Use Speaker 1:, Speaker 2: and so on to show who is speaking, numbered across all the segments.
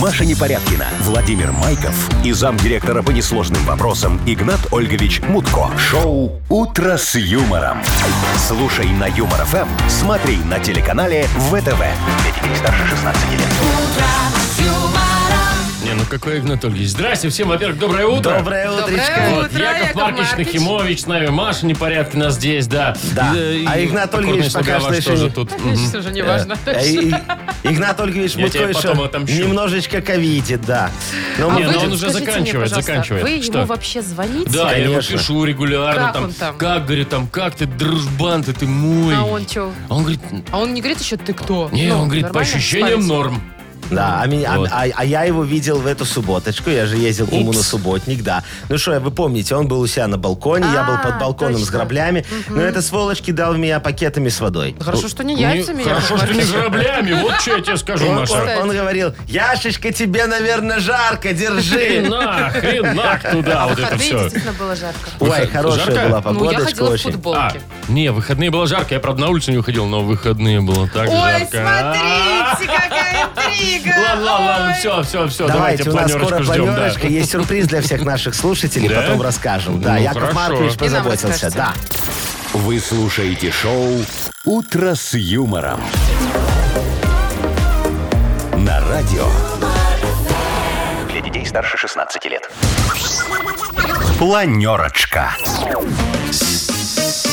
Speaker 1: Маша Непорядкина, Владимир Майков и замдиректора по несложным вопросам Игнат Ольгович Мутко. Шоу «Утро с юмором». Слушай на Юмор ФМ, смотри на телеканале ВТВ. Для детей старше 16 лет.
Speaker 2: Не, ну какой Игнат Ольгич. Здрасте всем, во-первых, доброе утро.
Speaker 3: Доброе утречко.
Speaker 4: Доброе
Speaker 2: Вот,
Speaker 4: утро,
Speaker 2: Яков,
Speaker 4: Яков
Speaker 2: Маркович
Speaker 4: Маркович.
Speaker 2: Нахимович с нами, Маша Непорядкина здесь, да.
Speaker 3: Да.
Speaker 2: и
Speaker 3: А Игнат
Speaker 2: покорный
Speaker 3: Ольгович
Speaker 2: слуга
Speaker 3: пока что
Speaker 2: ваш
Speaker 3: еще
Speaker 2: тоже
Speaker 3: не-
Speaker 2: тут.
Speaker 4: Мне сейчас уже не важно.
Speaker 3: Э, и- и- Игнат Ольгович
Speaker 2: Я тебя
Speaker 3: Мутко еще
Speaker 2: потом отомщу.
Speaker 3: немножечко ковидит, да. Но
Speaker 2: А
Speaker 3: мы-
Speaker 2: не,
Speaker 4: вы
Speaker 2: ну
Speaker 4: же
Speaker 2: он уже
Speaker 4: скажите мне,
Speaker 2: заканчивает,
Speaker 4: пожалуйста,
Speaker 2: заканчивает.
Speaker 4: Вы
Speaker 2: Что?
Speaker 4: ему вообще звоните?
Speaker 2: Да, я ему
Speaker 3: Конечно.
Speaker 2: пишу регулярно.
Speaker 4: Как
Speaker 2: там,
Speaker 4: он там?
Speaker 2: Как, говорю, там, как ты, дружбан ты, ты мой.
Speaker 4: А он что?
Speaker 2: А он говорит,
Speaker 4: А он не говорит еще, ты кто?
Speaker 2: не,
Speaker 4: Ну,
Speaker 2: он говорит, по
Speaker 4: нормально?
Speaker 2: ощущениям
Speaker 4: Спать?
Speaker 2: норм.
Speaker 3: Да, а, меня- а-
Speaker 2: Вот.
Speaker 3: а- а я его видел в эту субботочку, я же ездил к нему
Speaker 2: Упс.
Speaker 3: на субботник, да. Ну что, вы помните, он был у себя на балконе, я был
Speaker 4: А,
Speaker 3: под балконом с
Speaker 4: точно.
Speaker 3: граблями, но этот сволочь кидал в меня пакетами с водой.
Speaker 4: Хорошо, что не
Speaker 2: Ну, Не-
Speaker 4: яйцами. Яков
Speaker 2: Хорошо, что не
Speaker 4: Маркович.
Speaker 2: граблями, вот что я тебе скажу,
Speaker 3: Он,
Speaker 2: Маша.
Speaker 3: он- он говорил, Яшечка, тебе, наверное, жарко,
Speaker 4: Ну,
Speaker 3: держи.
Speaker 2: Хрена, хренак туда,
Speaker 4: А
Speaker 2: вот это
Speaker 4: выходные
Speaker 2: все.
Speaker 4: действительно было жарко.
Speaker 3: Ой,
Speaker 2: Жарко?
Speaker 3: хорошая была
Speaker 4: Ну, я
Speaker 3: погодочка
Speaker 4: ходила в
Speaker 3: очень.
Speaker 2: А,
Speaker 4: футболке.
Speaker 2: не, выходные было жарко. Я, правда, на улицу не выходил, но в выходные было так
Speaker 4: Ой,
Speaker 2: жарко. А!
Speaker 4: смотрите, какая интрига!
Speaker 2: Ладно, ладно, ладно,
Speaker 4: Ой.
Speaker 2: все, все, все, давайте,
Speaker 3: Давайте, у нас скоро
Speaker 2: планерочку ждем, да.
Speaker 3: планерочка. Есть сюрприз для всех наших слушателей,
Speaker 2: Да?
Speaker 3: потом расскажем. Да,
Speaker 2: Ну,
Speaker 3: Яков
Speaker 2: хорошо.
Speaker 3: Маркович
Speaker 2: И
Speaker 4: нам
Speaker 3: позаботился.
Speaker 4: расскажете.
Speaker 3: Да.
Speaker 1: Вы слушаете шоу «Утро с юмором». На радио. Для детей старше 16 лет. Планерочка.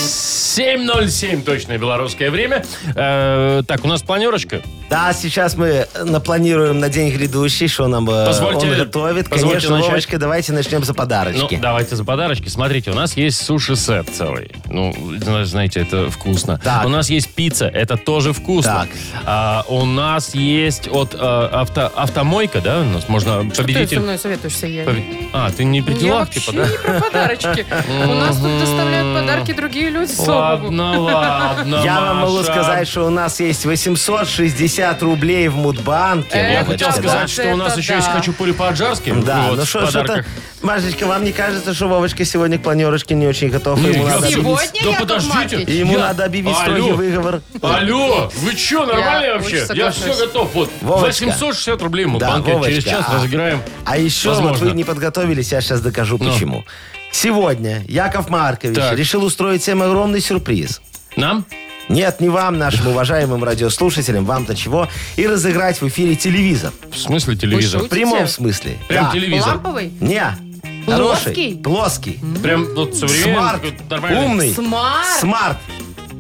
Speaker 2: 7.07 точное белорусское время. Э, так, у нас планерочка.
Speaker 3: Да, сейчас мы напланируем на день грядущий, что нам э,
Speaker 2: Позвольте-
Speaker 3: он готовит.
Speaker 2: позвольте
Speaker 3: Конечно,
Speaker 2: начать.
Speaker 3: Вовочка, давайте начнем за
Speaker 2: Ну,
Speaker 3: подарочки.
Speaker 2: давайте за подарочки. Смотрите, у нас есть суши-сет целый. Ну, зна- знаете, это вкусно.
Speaker 3: Так.
Speaker 2: У нас есть пицца, это тоже вкусно.
Speaker 3: Так.
Speaker 2: А, у нас есть от э, авто, автомойка, да, у нас можно
Speaker 4: Ты со
Speaker 2: победитель...
Speaker 4: мной советуешься, я.
Speaker 2: Пове- А, ты не при
Speaker 4: Я
Speaker 2: делах,
Speaker 4: вообще
Speaker 2: типа, да?
Speaker 4: не про подарочки. У нас тут доставляют подарки другие люди, слава богу.
Speaker 2: Ладно, ладно,
Speaker 3: Я вам могу
Speaker 2: Маша.
Speaker 3: сказать, что у нас есть 860 рублей в Мудбанке.
Speaker 2: Я
Speaker 4: Это
Speaker 3: Вовочка,
Speaker 2: хотел
Speaker 4: да.
Speaker 2: сказать, что у нас
Speaker 4: Это
Speaker 2: еще есть
Speaker 4: да.
Speaker 2: хачапури по-аджарски.
Speaker 3: Да,
Speaker 2: вот,
Speaker 3: ну
Speaker 2: в
Speaker 3: что, что-то...
Speaker 2: подарках.
Speaker 3: Машечка, вам не кажется, что Вовочка сегодня к планерочке не очень готов?
Speaker 2: Не,
Speaker 3: Ему
Speaker 2: Ну, я-
Speaker 3: надо
Speaker 4: Сегодня,
Speaker 3: объявить-
Speaker 2: Да
Speaker 4: Яков
Speaker 2: подождите.
Speaker 4: Маркович?
Speaker 3: Ему
Speaker 2: Я-
Speaker 3: надо объявить
Speaker 2: Алло. А
Speaker 3: строгий выговор.
Speaker 2: Алло, вы что, нормально
Speaker 4: Я
Speaker 2: вообще?
Speaker 4: очень
Speaker 2: Я все
Speaker 4: соглашусь.
Speaker 2: готов. Вот,
Speaker 3: Вовочка.
Speaker 2: 860 рублей мы
Speaker 3: Да,
Speaker 2: банке через
Speaker 3: Вовочка,
Speaker 2: час
Speaker 3: а-
Speaker 2: разыграем.
Speaker 3: А еще вот
Speaker 2: Возможно.
Speaker 3: вы не подготовились, я сейчас докажу
Speaker 2: Ну.
Speaker 3: почему. Сегодня Яков Маркович
Speaker 2: Так.
Speaker 3: решил устроить всем огромный сюрприз.
Speaker 2: Нам?
Speaker 3: Нет, не вам, нашим уважаемым радиослушателям, вам-то чего, и разыграть в эфире телевизор.
Speaker 2: В смысле телевизор?
Speaker 4: Вы
Speaker 3: В прямом
Speaker 4: Видите?
Speaker 3: смысле.
Speaker 2: Прям
Speaker 3: Да.
Speaker 2: телевизор.
Speaker 4: Ламповый?
Speaker 3: Не.
Speaker 4: Плоский?
Speaker 3: Хороший. Плоский.
Speaker 2: Прям вот современный. такой
Speaker 3: Смарт.
Speaker 2: нормальный.
Speaker 3: Умный.
Speaker 4: Смарт.
Speaker 3: Смарт.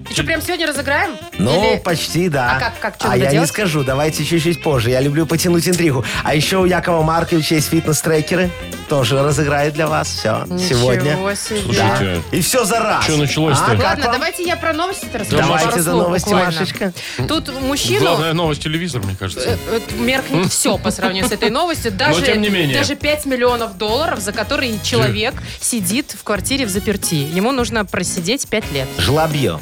Speaker 4: И что, прям сегодня разыграем?
Speaker 3: Ну,
Speaker 4: Или-
Speaker 3: почти, да.
Speaker 4: А как- как, что
Speaker 3: А
Speaker 4: надо
Speaker 3: я не
Speaker 4: делать?
Speaker 3: скажу, давайте чуть-чуть позже. Я люблю потянуть интригу. А еще у Якова Марковича есть фитнес-трекеры. Тоже разыграет для вас. Все, сегодня.
Speaker 4: Ничего себе.
Speaker 2: Слушайте,
Speaker 3: Да. И все за раз.
Speaker 2: Чё началось-то?
Speaker 3: А, как
Speaker 4: Ладно,
Speaker 3: вам?
Speaker 4: давайте я про новости расскажу.
Speaker 3: Давайте
Speaker 4: пару
Speaker 3: за
Speaker 4: слов
Speaker 3: новости,
Speaker 4: буквально.
Speaker 3: Машечка.
Speaker 4: Тут мужчину
Speaker 2: Главная новость телевизор, мне кажется.
Speaker 4: Э, э, меркнет все по сравнению с этой новостью. Даже,
Speaker 2: тем не менее.
Speaker 4: даже 5 миллионов долларов, за которые человек сидит в квартире в заперти. Ему нужно просидеть 5 лет.
Speaker 3: Жлобье.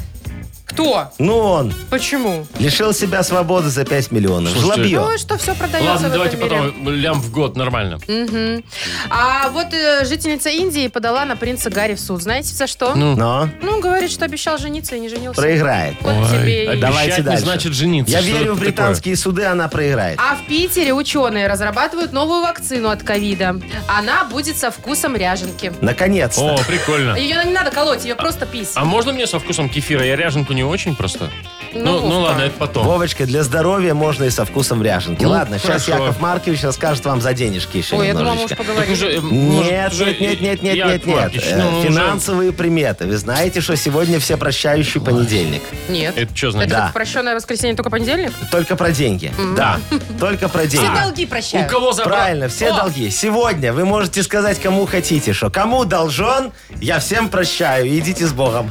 Speaker 4: Кто?
Speaker 3: Ну он
Speaker 4: Почему?
Speaker 3: лишил себя свободы за 5 миллионов.
Speaker 2: Слушайте,
Speaker 3: Жлобье.
Speaker 4: Ну и что все продается
Speaker 2: Ладно,
Speaker 4: в
Speaker 2: давайте
Speaker 4: этом мире.
Speaker 2: потом лям в год, нормально.
Speaker 4: Мгм. А вот э, жительница Индии подала на принца Гарри в суд. Знаете, за что?
Speaker 2: Ну.
Speaker 4: Ну,
Speaker 3: Но
Speaker 4: говорит, что обещал жениться и не женился.
Speaker 3: проиграет.
Speaker 4: Вот
Speaker 2: Ой,
Speaker 4: тебе и-
Speaker 2: обещать
Speaker 3: Давайте
Speaker 2: не
Speaker 3: дальше.
Speaker 2: значит жениться.
Speaker 3: Я
Speaker 2: Что это
Speaker 3: верю в
Speaker 2: такое?
Speaker 3: британские суды, она проиграет.
Speaker 4: А в Питере ученые разрабатывают новую вакцину от ковида. Она будет со вкусом ряженки.
Speaker 3: Наконец-то.
Speaker 2: О, прикольно.
Speaker 4: Ее не надо колоть, ее просто пить.
Speaker 2: А можно мне со вкусом кефира? Я ряженку не очень просто. Ну, ну
Speaker 4: Вовка.
Speaker 2: ладно, это потом.
Speaker 3: Вовочка, для здоровья можно и со вкусом ряженки.
Speaker 2: Ну,
Speaker 3: Ладно, сейчас
Speaker 2: хорошо.
Speaker 3: Яков Маркович расскажет вам за денежки еще
Speaker 4: Ой, я думала, мы уж
Speaker 3: немножечко.
Speaker 2: А Так
Speaker 4: поговорим.
Speaker 2: уже, э, может,
Speaker 3: Нет,
Speaker 2: уже
Speaker 3: нет, нет, нет, нет,
Speaker 2: Яков
Speaker 3: нет, нет.
Speaker 2: Маркович,
Speaker 3: Э,
Speaker 2: ну, уже-
Speaker 3: Финансовые приметы. Вы знаете, что сегодня все прощающий понедельник.
Speaker 4: Нет.
Speaker 2: ну, Это что значит?
Speaker 4: Это
Speaker 3: Да.
Speaker 4: как прощенное воскресенье только понедельник?
Speaker 3: Только про деньги. Да, только про деньги.
Speaker 4: Все долги
Speaker 2: У
Speaker 4: прощают.
Speaker 2: кого забрал?
Speaker 3: Правильно, все
Speaker 2: О,
Speaker 3: долги. Сегодня вы можете сказать, кому хотите, что кому должен, я всем прощаю. Идите с Богом.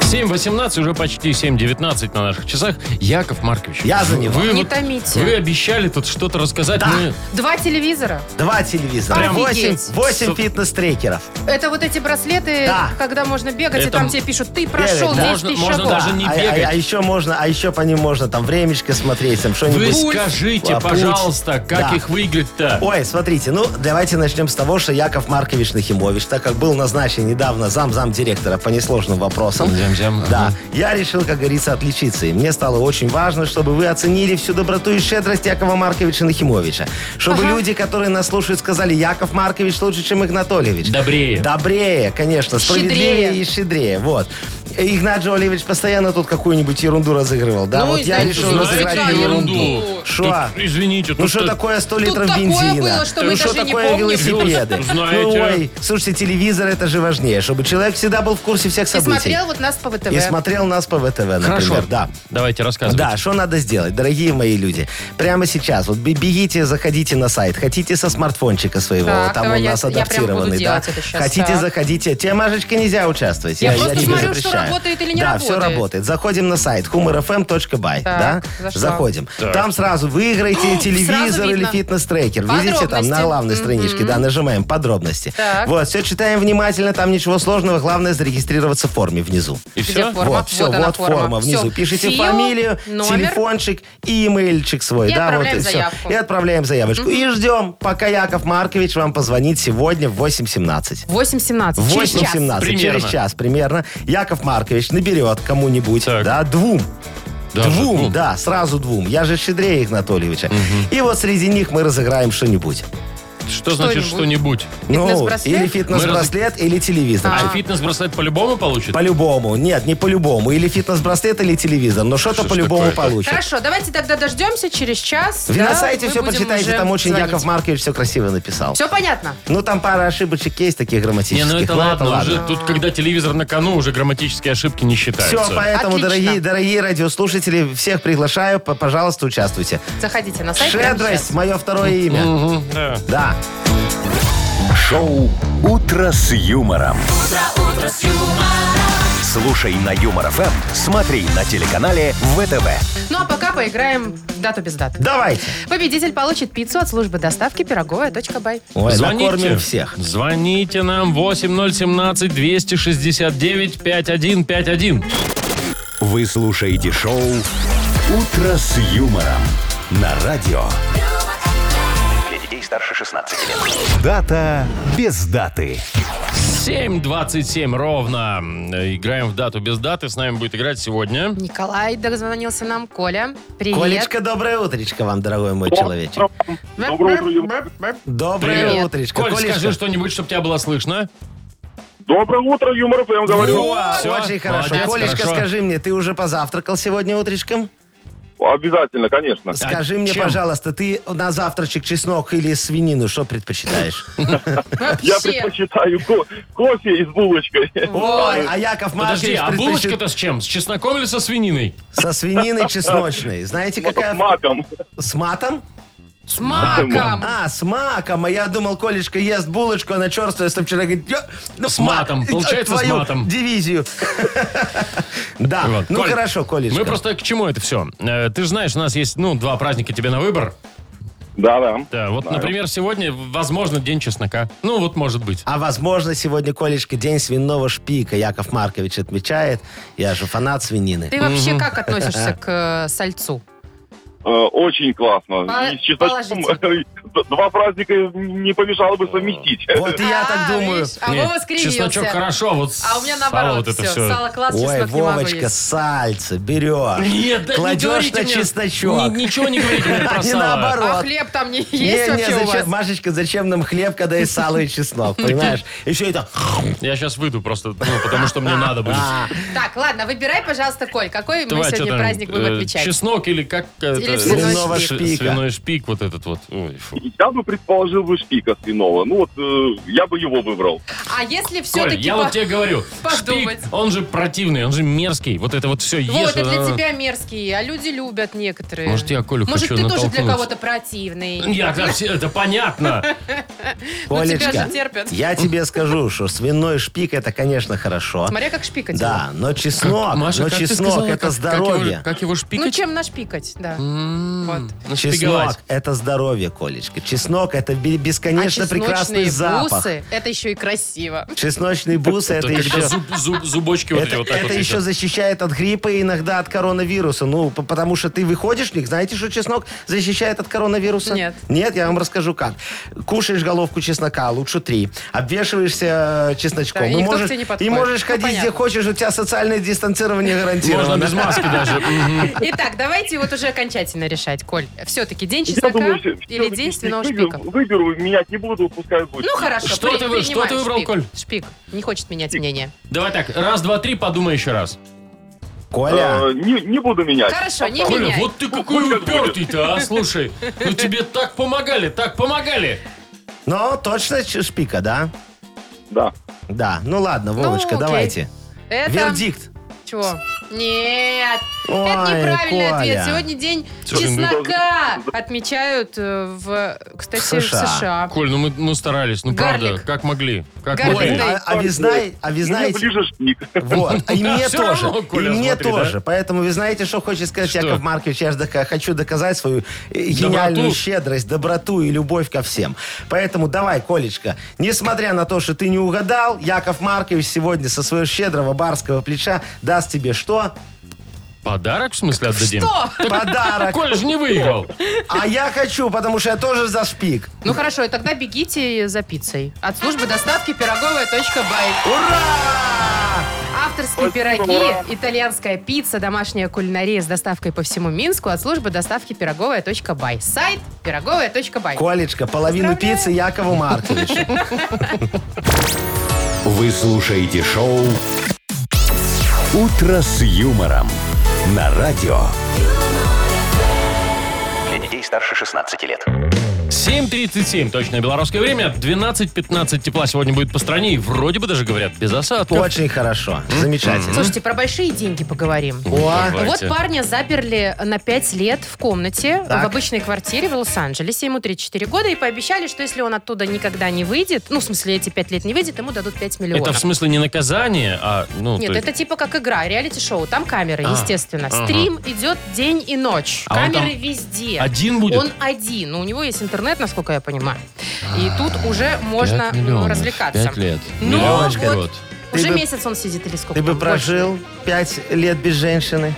Speaker 2: 7.18, уже почти 7.19 на наших часах. Яков Маркович.
Speaker 3: Я за него.
Speaker 2: Вы,
Speaker 4: Не
Speaker 2: вот-
Speaker 4: томите.
Speaker 2: Вы обещали тут что-то рассказать. ну, Мы-
Speaker 4: Два телевизора.
Speaker 3: Два телевизора. Восемь,
Speaker 4: Офигеть.
Speaker 3: восемь фитнес-трекеров.
Speaker 4: Это вот эти браслеты,
Speaker 3: Да.
Speaker 4: когда можно бегать, и
Speaker 2: Это
Speaker 4: там
Speaker 2: м-
Speaker 4: тебе пишут, ты прошел 10
Speaker 3: да.
Speaker 2: Можно-
Speaker 4: тысяч
Speaker 2: можно
Speaker 4: шагов.
Speaker 2: даже не
Speaker 3: А- а-
Speaker 2: бегать.
Speaker 3: А, еще можно, а еще по ним можно там времечко смотреть, там
Speaker 2: Вы
Speaker 3: что-нибудь.
Speaker 2: скажите,
Speaker 3: А, путь.
Speaker 2: пожалуйста, как
Speaker 3: Да.
Speaker 2: их выиграть-то?
Speaker 3: Ой, смотрите, ну давайте начнем с того, что Яков Маркович Нахимович, так как был назначен недавно зам-зам директора по несложным вопросам,
Speaker 2: Зам-зам,
Speaker 3: да,
Speaker 2: ага.
Speaker 3: я решил, как говорится, отличиться. И мне стало очень важно, чтобы вы оценили всю доброту и щедрость Якова Марковича Нахимовича. Чтобы люди, которые нас слушают, сказали, Яков Маркович лучше, чем Игнатольевич.
Speaker 2: Добрее.
Speaker 3: Добрее, конечно, справедливее
Speaker 4: Щедрее.
Speaker 3: и щедрее. Вот. Игнат Жуалевич постоянно тут какую-нибудь ерунду разыгрывал. Да,
Speaker 4: Ну,
Speaker 3: вот я
Speaker 4: Игнат
Speaker 3: решил
Speaker 4: Жуалевич,
Speaker 3: разыграть
Speaker 4: да, ерунду.
Speaker 3: Шо?
Speaker 2: Тут, извините,
Speaker 3: Ну
Speaker 2: тут
Speaker 3: что
Speaker 2: та-
Speaker 3: такое 100 литров
Speaker 4: такое
Speaker 3: бензина?
Speaker 4: было, что мы
Speaker 3: Ну,
Speaker 4: даже не
Speaker 3: такое
Speaker 4: помним.
Speaker 3: велосипеды?
Speaker 2: Знаете.
Speaker 3: Ну, ой, слушайте, телевизор это же важнее, чтобы человек всегда был в курсе всех
Speaker 4: И
Speaker 3: событий.
Speaker 4: смотрел вот нас по ВТВ.
Speaker 3: И смотрел нас по ВТВ, например.
Speaker 2: Хорошо.
Speaker 3: Да.
Speaker 2: Давайте рассказывайте.
Speaker 3: Да, что надо сделать, дорогие мои люди? Прямо сейчас, вот бе- бегите, заходите на сайт, хотите со смартфончика своего,
Speaker 4: Так,
Speaker 3: там
Speaker 4: давай,
Speaker 3: у
Speaker 4: я-
Speaker 3: нас
Speaker 4: я прям буду
Speaker 3: адаптированный, да?
Speaker 4: делать это щас,
Speaker 3: хотите,
Speaker 4: так.
Speaker 3: заходите. Тебе, Машечка, нельзя участвовать.
Speaker 4: Я просто
Speaker 3: тебе
Speaker 4: смотрю, что
Speaker 3: запрещаю.
Speaker 4: работает или не
Speaker 3: да,
Speaker 4: работает.
Speaker 3: все работает. Заходим на сайт humorfm.by, да?
Speaker 4: Так, зашла.
Speaker 3: Заходим.
Speaker 2: Так.
Speaker 3: Там сразу выиграйте телевизор или
Speaker 4: видно.
Speaker 3: фитнес-трекер. Видите, там
Speaker 4: Подробности.
Speaker 3: на главной страничке, да, нажимаем подробности.
Speaker 4: Так.
Speaker 3: Вот, все читаем внимательно, там ничего сложного, главное зарегистрироваться в форме внизу.
Speaker 2: И
Speaker 4: Где
Speaker 2: все?
Speaker 4: форма?
Speaker 3: Вот, все, вот,
Speaker 4: Вот она
Speaker 3: форма.
Speaker 4: форма.
Speaker 3: внизу.
Speaker 4: Всё.
Speaker 3: Пишите
Speaker 4: Фио,
Speaker 3: фамилию,
Speaker 4: номер.
Speaker 3: телефончик и имейльчик свой.
Speaker 4: И
Speaker 3: да,
Speaker 4: отправляем
Speaker 3: вот, и всё.
Speaker 4: заявку.
Speaker 3: И отправляем заявочку. И ждем, пока Яков Маркович вам позвонит сегодня в 8.17.
Speaker 4: 8.17.
Speaker 3: В
Speaker 4: Через час.
Speaker 3: 8.17,
Speaker 2: Примерно.
Speaker 3: через час примерно, Яков Маркович наберет кому-нибудь,
Speaker 2: Так.
Speaker 3: да, двум.
Speaker 2: Даже
Speaker 3: двум,
Speaker 2: двум?
Speaker 3: да, сразу двум. Я же щедрее Игнатольевича. И вот среди них мы разыграем что-нибудь.
Speaker 2: Что значит что-нибудь?
Speaker 3: Ну,
Speaker 4: Фитнес-браслет?
Speaker 3: или фитнес-браслет, или телевизор.
Speaker 2: А фитнес-браслет по-любому получит?
Speaker 3: По-любому. Нет, не по-любому. Или фитнес-браслет, или телевизор. Но что-то
Speaker 2: ж
Speaker 3: по-любому
Speaker 2: такое-то?
Speaker 3: получится.
Speaker 4: Хорошо, давайте тогда дождемся через час.
Speaker 3: Вы
Speaker 4: да,
Speaker 3: на сайте
Speaker 4: мы
Speaker 3: все
Speaker 4: будем
Speaker 3: почитайте,
Speaker 4: уже
Speaker 3: там очень
Speaker 4: звонить.
Speaker 3: Яков Маркович все красиво написал.
Speaker 4: Все понятно.
Speaker 3: Ну, там пара ошибочек есть
Speaker 2: Не,
Speaker 3: таких грамматических.
Speaker 2: ну это
Speaker 3: но
Speaker 2: ладно, уже тут, когда телевизор на кону, уже грамматические ошибки не считаются.
Speaker 3: Все, поэтому,
Speaker 4: Отлично.
Speaker 3: дорогие, дорогие радиослушатели, всех приглашаю, п- пожалуйста, участвуйте.
Speaker 4: Заходите на сайт. прямо
Speaker 3: Шедрость,
Speaker 4: сейчас.
Speaker 3: мое второе имя.
Speaker 2: Мгм, да.
Speaker 3: Да.
Speaker 1: Шоу «Утро с юмором». Слушай на Юмор ФМ, смотри на телеканале ВТВ.
Speaker 4: Ну а пока поиграем в дату без даты.
Speaker 3: Давайте.
Speaker 4: Победитель получит пиццу от службы доставки пироговая.бай.
Speaker 3: Ой,
Speaker 2: Звоните.
Speaker 3: накормим всех.
Speaker 2: Звоните нам 8017-269-5151.
Speaker 1: Вы слушаете шоу «Утро с юмором» на радио. Для детей старше 16 лет. Дата без даты.
Speaker 2: 7.27 ровно. Э, Играем в дату без даты. С нами будет играть сегодня.
Speaker 4: Николай дозвонился нам. Коля, привет.
Speaker 3: Колечка, доброе утречко вам, дорогой мой человечек.
Speaker 5: Доброе утро, Юмор.
Speaker 3: Доброе
Speaker 2: Привет.
Speaker 3: утречко.
Speaker 2: Коль,
Speaker 3: Колечка.
Speaker 2: скажи что-нибудь, чтобы тебя было слышно.
Speaker 5: Доброе утро, Юмор ФМ, говорю.
Speaker 3: Во,
Speaker 2: Всё,
Speaker 3: очень хорошо.
Speaker 2: молодец,
Speaker 3: Колечка,
Speaker 2: хорошо.
Speaker 3: скажи мне, ты уже позавтракал сегодня утречком?
Speaker 5: Обязательно, конечно.
Speaker 3: Скажи мне,
Speaker 2: чем?
Speaker 3: пожалуйста, ты на завтрачек чеснок или свинину, что предпочитаешь?
Speaker 5: Я
Speaker 4: Вообще.
Speaker 5: предпочитаю ко- кофе и с булочкой.
Speaker 3: Ой, а Яков
Speaker 2: Подожди,
Speaker 3: Маркович
Speaker 2: а
Speaker 3: предпочит-
Speaker 2: булочка-то с чем? С чесноком или со свининой?
Speaker 3: со свининой чесночной. Знаете,
Speaker 5: ну, С
Speaker 3: какая...
Speaker 5: маком.
Speaker 3: С матом?
Speaker 4: С маком.
Speaker 3: А, с маком. А я думал, Колечка ест булочку, она черствая, там вчера говорит... «Я- ну,
Speaker 2: С
Speaker 3: мак,
Speaker 2: матом.
Speaker 3: э,
Speaker 2: Получается, с
Speaker 3: твою
Speaker 2: матом.
Speaker 3: дивизию. Да,
Speaker 2: Вот.
Speaker 3: ну
Speaker 2: Коль,
Speaker 3: хорошо,
Speaker 2: Мы
Speaker 3: Колечка.
Speaker 2: просто к чему это все? Ты же знаешь, у нас есть, ну, два праздника тебе на выбор.
Speaker 5: Да, да.
Speaker 2: Да, вот,
Speaker 5: Знаю.
Speaker 2: например, сегодня, возможно, день чеснока. Ну, вот может быть.
Speaker 3: А возможно, сегодня, Колечка, день свиного шпика. Яков Маркович отмечает. Я же фанат свинины.
Speaker 4: Ты вообще как относишься к э, сальцу?
Speaker 5: Э, Очень
Speaker 4: По-
Speaker 5: классно. И с чесночком два праздника не помешало бы совместить.
Speaker 3: Вот и я так
Speaker 4: А,
Speaker 3: думаю.
Speaker 4: видишь, а
Speaker 2: Нет,
Speaker 4: Вова скривился.
Speaker 2: Чесночок хорошо, вот
Speaker 4: А у меня
Speaker 2: сало
Speaker 4: наоборот
Speaker 2: вот это
Speaker 4: все.
Speaker 2: все.
Speaker 4: Сало класс,
Speaker 3: Ой,
Speaker 4: чеснок не могу
Speaker 3: Вовочка,
Speaker 4: есть.
Speaker 3: сальце берешь.
Speaker 2: Нет, да не
Speaker 3: кладешь
Speaker 2: говорите
Speaker 3: на
Speaker 2: мне.
Speaker 3: чесночок.
Speaker 2: Ни- ничего не говорите мне про
Speaker 3: Не
Speaker 2: сало.
Speaker 3: наоборот.
Speaker 4: А хлеб там не есть
Speaker 3: не, не,
Speaker 4: вообще у
Speaker 3: зачем,
Speaker 4: вас?
Speaker 3: Машечка, зачем нам хлеб, когда и сало, и чеснок, понимаешь? Еще это...
Speaker 4: Ну,
Speaker 2: Я сейчас выйду просто, ну, потому что мне надо будет.
Speaker 3: А,
Speaker 4: Так, ладно, выбирай, пожалуйста, Коль, какой мы
Speaker 2: Давай, чё
Speaker 4: сегодня
Speaker 2: там,
Speaker 4: праздник будем
Speaker 2: э,
Speaker 4: отмечать?
Speaker 2: Чеснок или как?
Speaker 4: Или
Speaker 2: это,
Speaker 4: свиной
Speaker 2: ш-
Speaker 3: шпик.
Speaker 2: Свиной шпик вот этот вот. Ой, фу.
Speaker 5: я бы предположил бы шпика свиного. Ну вот, э, я бы его выбрал.
Speaker 4: А если
Speaker 2: Коль,
Speaker 4: все-таки...
Speaker 2: я вот тебе говорю,
Speaker 4: подумать.
Speaker 2: шпик, он же противный, он же мерзкий. Вот это вот все ешь.
Speaker 4: Вот, это
Speaker 2: а,
Speaker 4: для тебя мерзкий, а люди любят некоторые.
Speaker 2: Может, я Колю
Speaker 4: Может,
Speaker 2: хочу
Speaker 4: ты тоже для
Speaker 2: натолкнуть.
Speaker 4: кого-то противный.
Speaker 2: Я, это все- это понятно.
Speaker 4: Ну, тебя
Speaker 3: Колечка,
Speaker 4: же терпят.
Speaker 3: я тебе скажу, что свиной шпик это, конечно, хорошо.
Speaker 4: Смотря как шпикать.
Speaker 3: Да, но чеснок,
Speaker 2: Маша,
Speaker 3: но
Speaker 2: как ты
Speaker 3: чеснок
Speaker 2: сказала,
Speaker 3: это
Speaker 2: как- как
Speaker 3: здоровье.
Speaker 2: его- Как его шпикать?
Speaker 4: Ну, чем нашпикать, да. Вот.
Speaker 3: Чеснок – это здоровье, Колечка. Чеснок – это бе- бесконечно
Speaker 4: а
Speaker 3: прекрасный
Speaker 4: чесночные
Speaker 3: запах.
Speaker 4: бусы, это еще и красиво.
Speaker 3: Чесночные бусы – это
Speaker 2: Это когда
Speaker 3: еще...
Speaker 2: зуб- зуб- зубочки вот эти
Speaker 3: Это,
Speaker 2: вот так
Speaker 3: это
Speaker 2: вот
Speaker 3: еще
Speaker 2: висят.
Speaker 3: защищает от гриппа и иногда от коронавируса. Ну, п- потому что ты выходишь в них, знаете, что чеснок защищает от коронавируса?
Speaker 4: Нет.
Speaker 3: Нет, я вам расскажу как. Кушаешь головку чеснока, лучше три. Обвешиваешься э, чесноком.
Speaker 4: Да, и
Speaker 3: и,
Speaker 4: никто к
Speaker 3: можешь,
Speaker 4: тебе не
Speaker 3: и
Speaker 4: подходит.
Speaker 3: можешь
Speaker 4: Ну,
Speaker 3: ходить где
Speaker 4: понятно.
Speaker 3: хочешь, у тебя социальное дистанцирование гарантировано.
Speaker 2: Можно без маски даже. Мгм.
Speaker 4: Итак, давайте вот уже окончательно решать, Коль. Все-таки день
Speaker 5: Я
Speaker 4: чеснока
Speaker 5: думаю, все-
Speaker 4: или
Speaker 5: все-таки
Speaker 4: день
Speaker 5: шпик
Speaker 4: свиного
Speaker 5: выберу-
Speaker 4: шпика?
Speaker 5: Выберу, менять не буду, пускай будет.
Speaker 4: Ну хорошо,
Speaker 2: Что
Speaker 4: при-
Speaker 2: ты вы- что ты
Speaker 4: принимаю
Speaker 2: выбрал,
Speaker 4: шпик.
Speaker 2: Коль?
Speaker 4: Шпик. Не хочет менять мнение.
Speaker 2: Давай так, раз, два, три, подумай еще раз.
Speaker 3: Коля,
Speaker 5: Э, не, не буду менять.
Speaker 4: Хорошо, не
Speaker 2: Коля,
Speaker 4: меняй.
Speaker 2: вот ты какой
Speaker 5: Коля, Коля.
Speaker 2: упертый-то, а, слушай. Ну тебе так помогали, так помогали.
Speaker 3: но точно ч- шпика, да?
Speaker 5: Да.
Speaker 3: Да. Ну ладно, Вовочка,
Speaker 4: окей.
Speaker 3: давайте.
Speaker 4: Это...
Speaker 3: Вердикт.
Speaker 4: Чего? Нет. это
Speaker 3: Ой,
Speaker 4: неправильный
Speaker 3: Коля.
Speaker 4: ответ. Сегодня день
Speaker 2: Сегодня
Speaker 4: чеснока отмечают э, в, кстати, в
Speaker 3: США.
Speaker 4: США.
Speaker 2: Коль, ну мы, мы старались, ну правда,
Speaker 4: Гарлик.
Speaker 2: как могли. Как
Speaker 4: Гарлик.
Speaker 3: Ой,
Speaker 2: могли.
Speaker 4: Ой,
Speaker 3: а, а вы знаете, а вы
Speaker 5: Мне
Speaker 3: знаете,
Speaker 5: ближе шпик.
Speaker 3: Вот. И мне
Speaker 2: Всё
Speaker 3: тоже.
Speaker 2: равно,
Speaker 3: И
Speaker 2: Коля,
Speaker 3: мне
Speaker 2: смотри, да?
Speaker 3: тоже. Поэтому вы знаете, что хочет сказать
Speaker 2: Что?
Speaker 3: Яков Маркович? Я же дока- хочу доказать свою э, гениальную
Speaker 2: Доброту?
Speaker 3: щедрость, доброту и любовь ко всем. Поэтому давай, Колечка, несмотря на то, что ты не угадал, Яков Маркович сегодня со своего щедрого барского плеча даст тебе что?
Speaker 2: Подарок, в смысле, отдадим?
Speaker 4: Что?
Speaker 3: Подарок.
Speaker 2: Коль же не выиграл.
Speaker 3: А я хочу, потому что я тоже за шпик.
Speaker 4: Ну хорошо, и тогда бегите за пиццей. От службы доставки пироговая.бай.
Speaker 3: Ура!
Speaker 4: Авторские
Speaker 5: Спасибо, ура.
Speaker 4: пироги, итальянская пицца, домашняя кулинария с доставкой по всему Минску от службы доставки пироговая.бай. Сайт пироговая.бай.
Speaker 3: Колечка, половину пиццы Якову Марковичу.
Speaker 1: Вы слушаете шоу «Утро с юмором» на радио.
Speaker 6: Для детей старше 16 лет.
Speaker 2: 7.37, точное белорусское время. 12.15 тепла сегодня будет по стране. И вроде бы даже, говорят, без осадков.
Speaker 3: Очень хорошо. Замечательно.
Speaker 4: Слушайте, про большие деньги поговорим.
Speaker 3: О, а?
Speaker 2: Давайте.
Speaker 4: Вот парня заперли на 5 лет в комнате
Speaker 3: Так.
Speaker 4: в обычной квартире в Лос-Анджелесе. Ему 34 года и пообещали, что если он оттуда никогда не выйдет, ну, в смысле, эти 5 лет не выйдет, ему дадут 5 миллионов.
Speaker 2: Это в смысле не наказание, а... Ну,
Speaker 4: Нет,
Speaker 2: то есть-
Speaker 4: это типа как игра, реалити-шоу. Там камеры,
Speaker 2: А,
Speaker 4: естественно.
Speaker 2: ага.
Speaker 4: Стрим идет день и ночь.
Speaker 2: А он
Speaker 4: камеры
Speaker 2: там
Speaker 4: везде.
Speaker 2: один будет?
Speaker 4: Он один. Но у него есть интернет, насколько я понимаю. И тут уже можно
Speaker 2: А, Пять
Speaker 4: ну,
Speaker 2: миллионов,
Speaker 4: развлекаться.
Speaker 2: пять лет.
Speaker 4: Ну,
Speaker 2: Миллион в
Speaker 4: вот.
Speaker 2: год.
Speaker 3: Ты
Speaker 4: Уже
Speaker 3: бы-
Speaker 4: месяц он сидит или сколько?
Speaker 3: Ты бы
Speaker 4: Больше.
Speaker 3: прожил пять лет без женщины?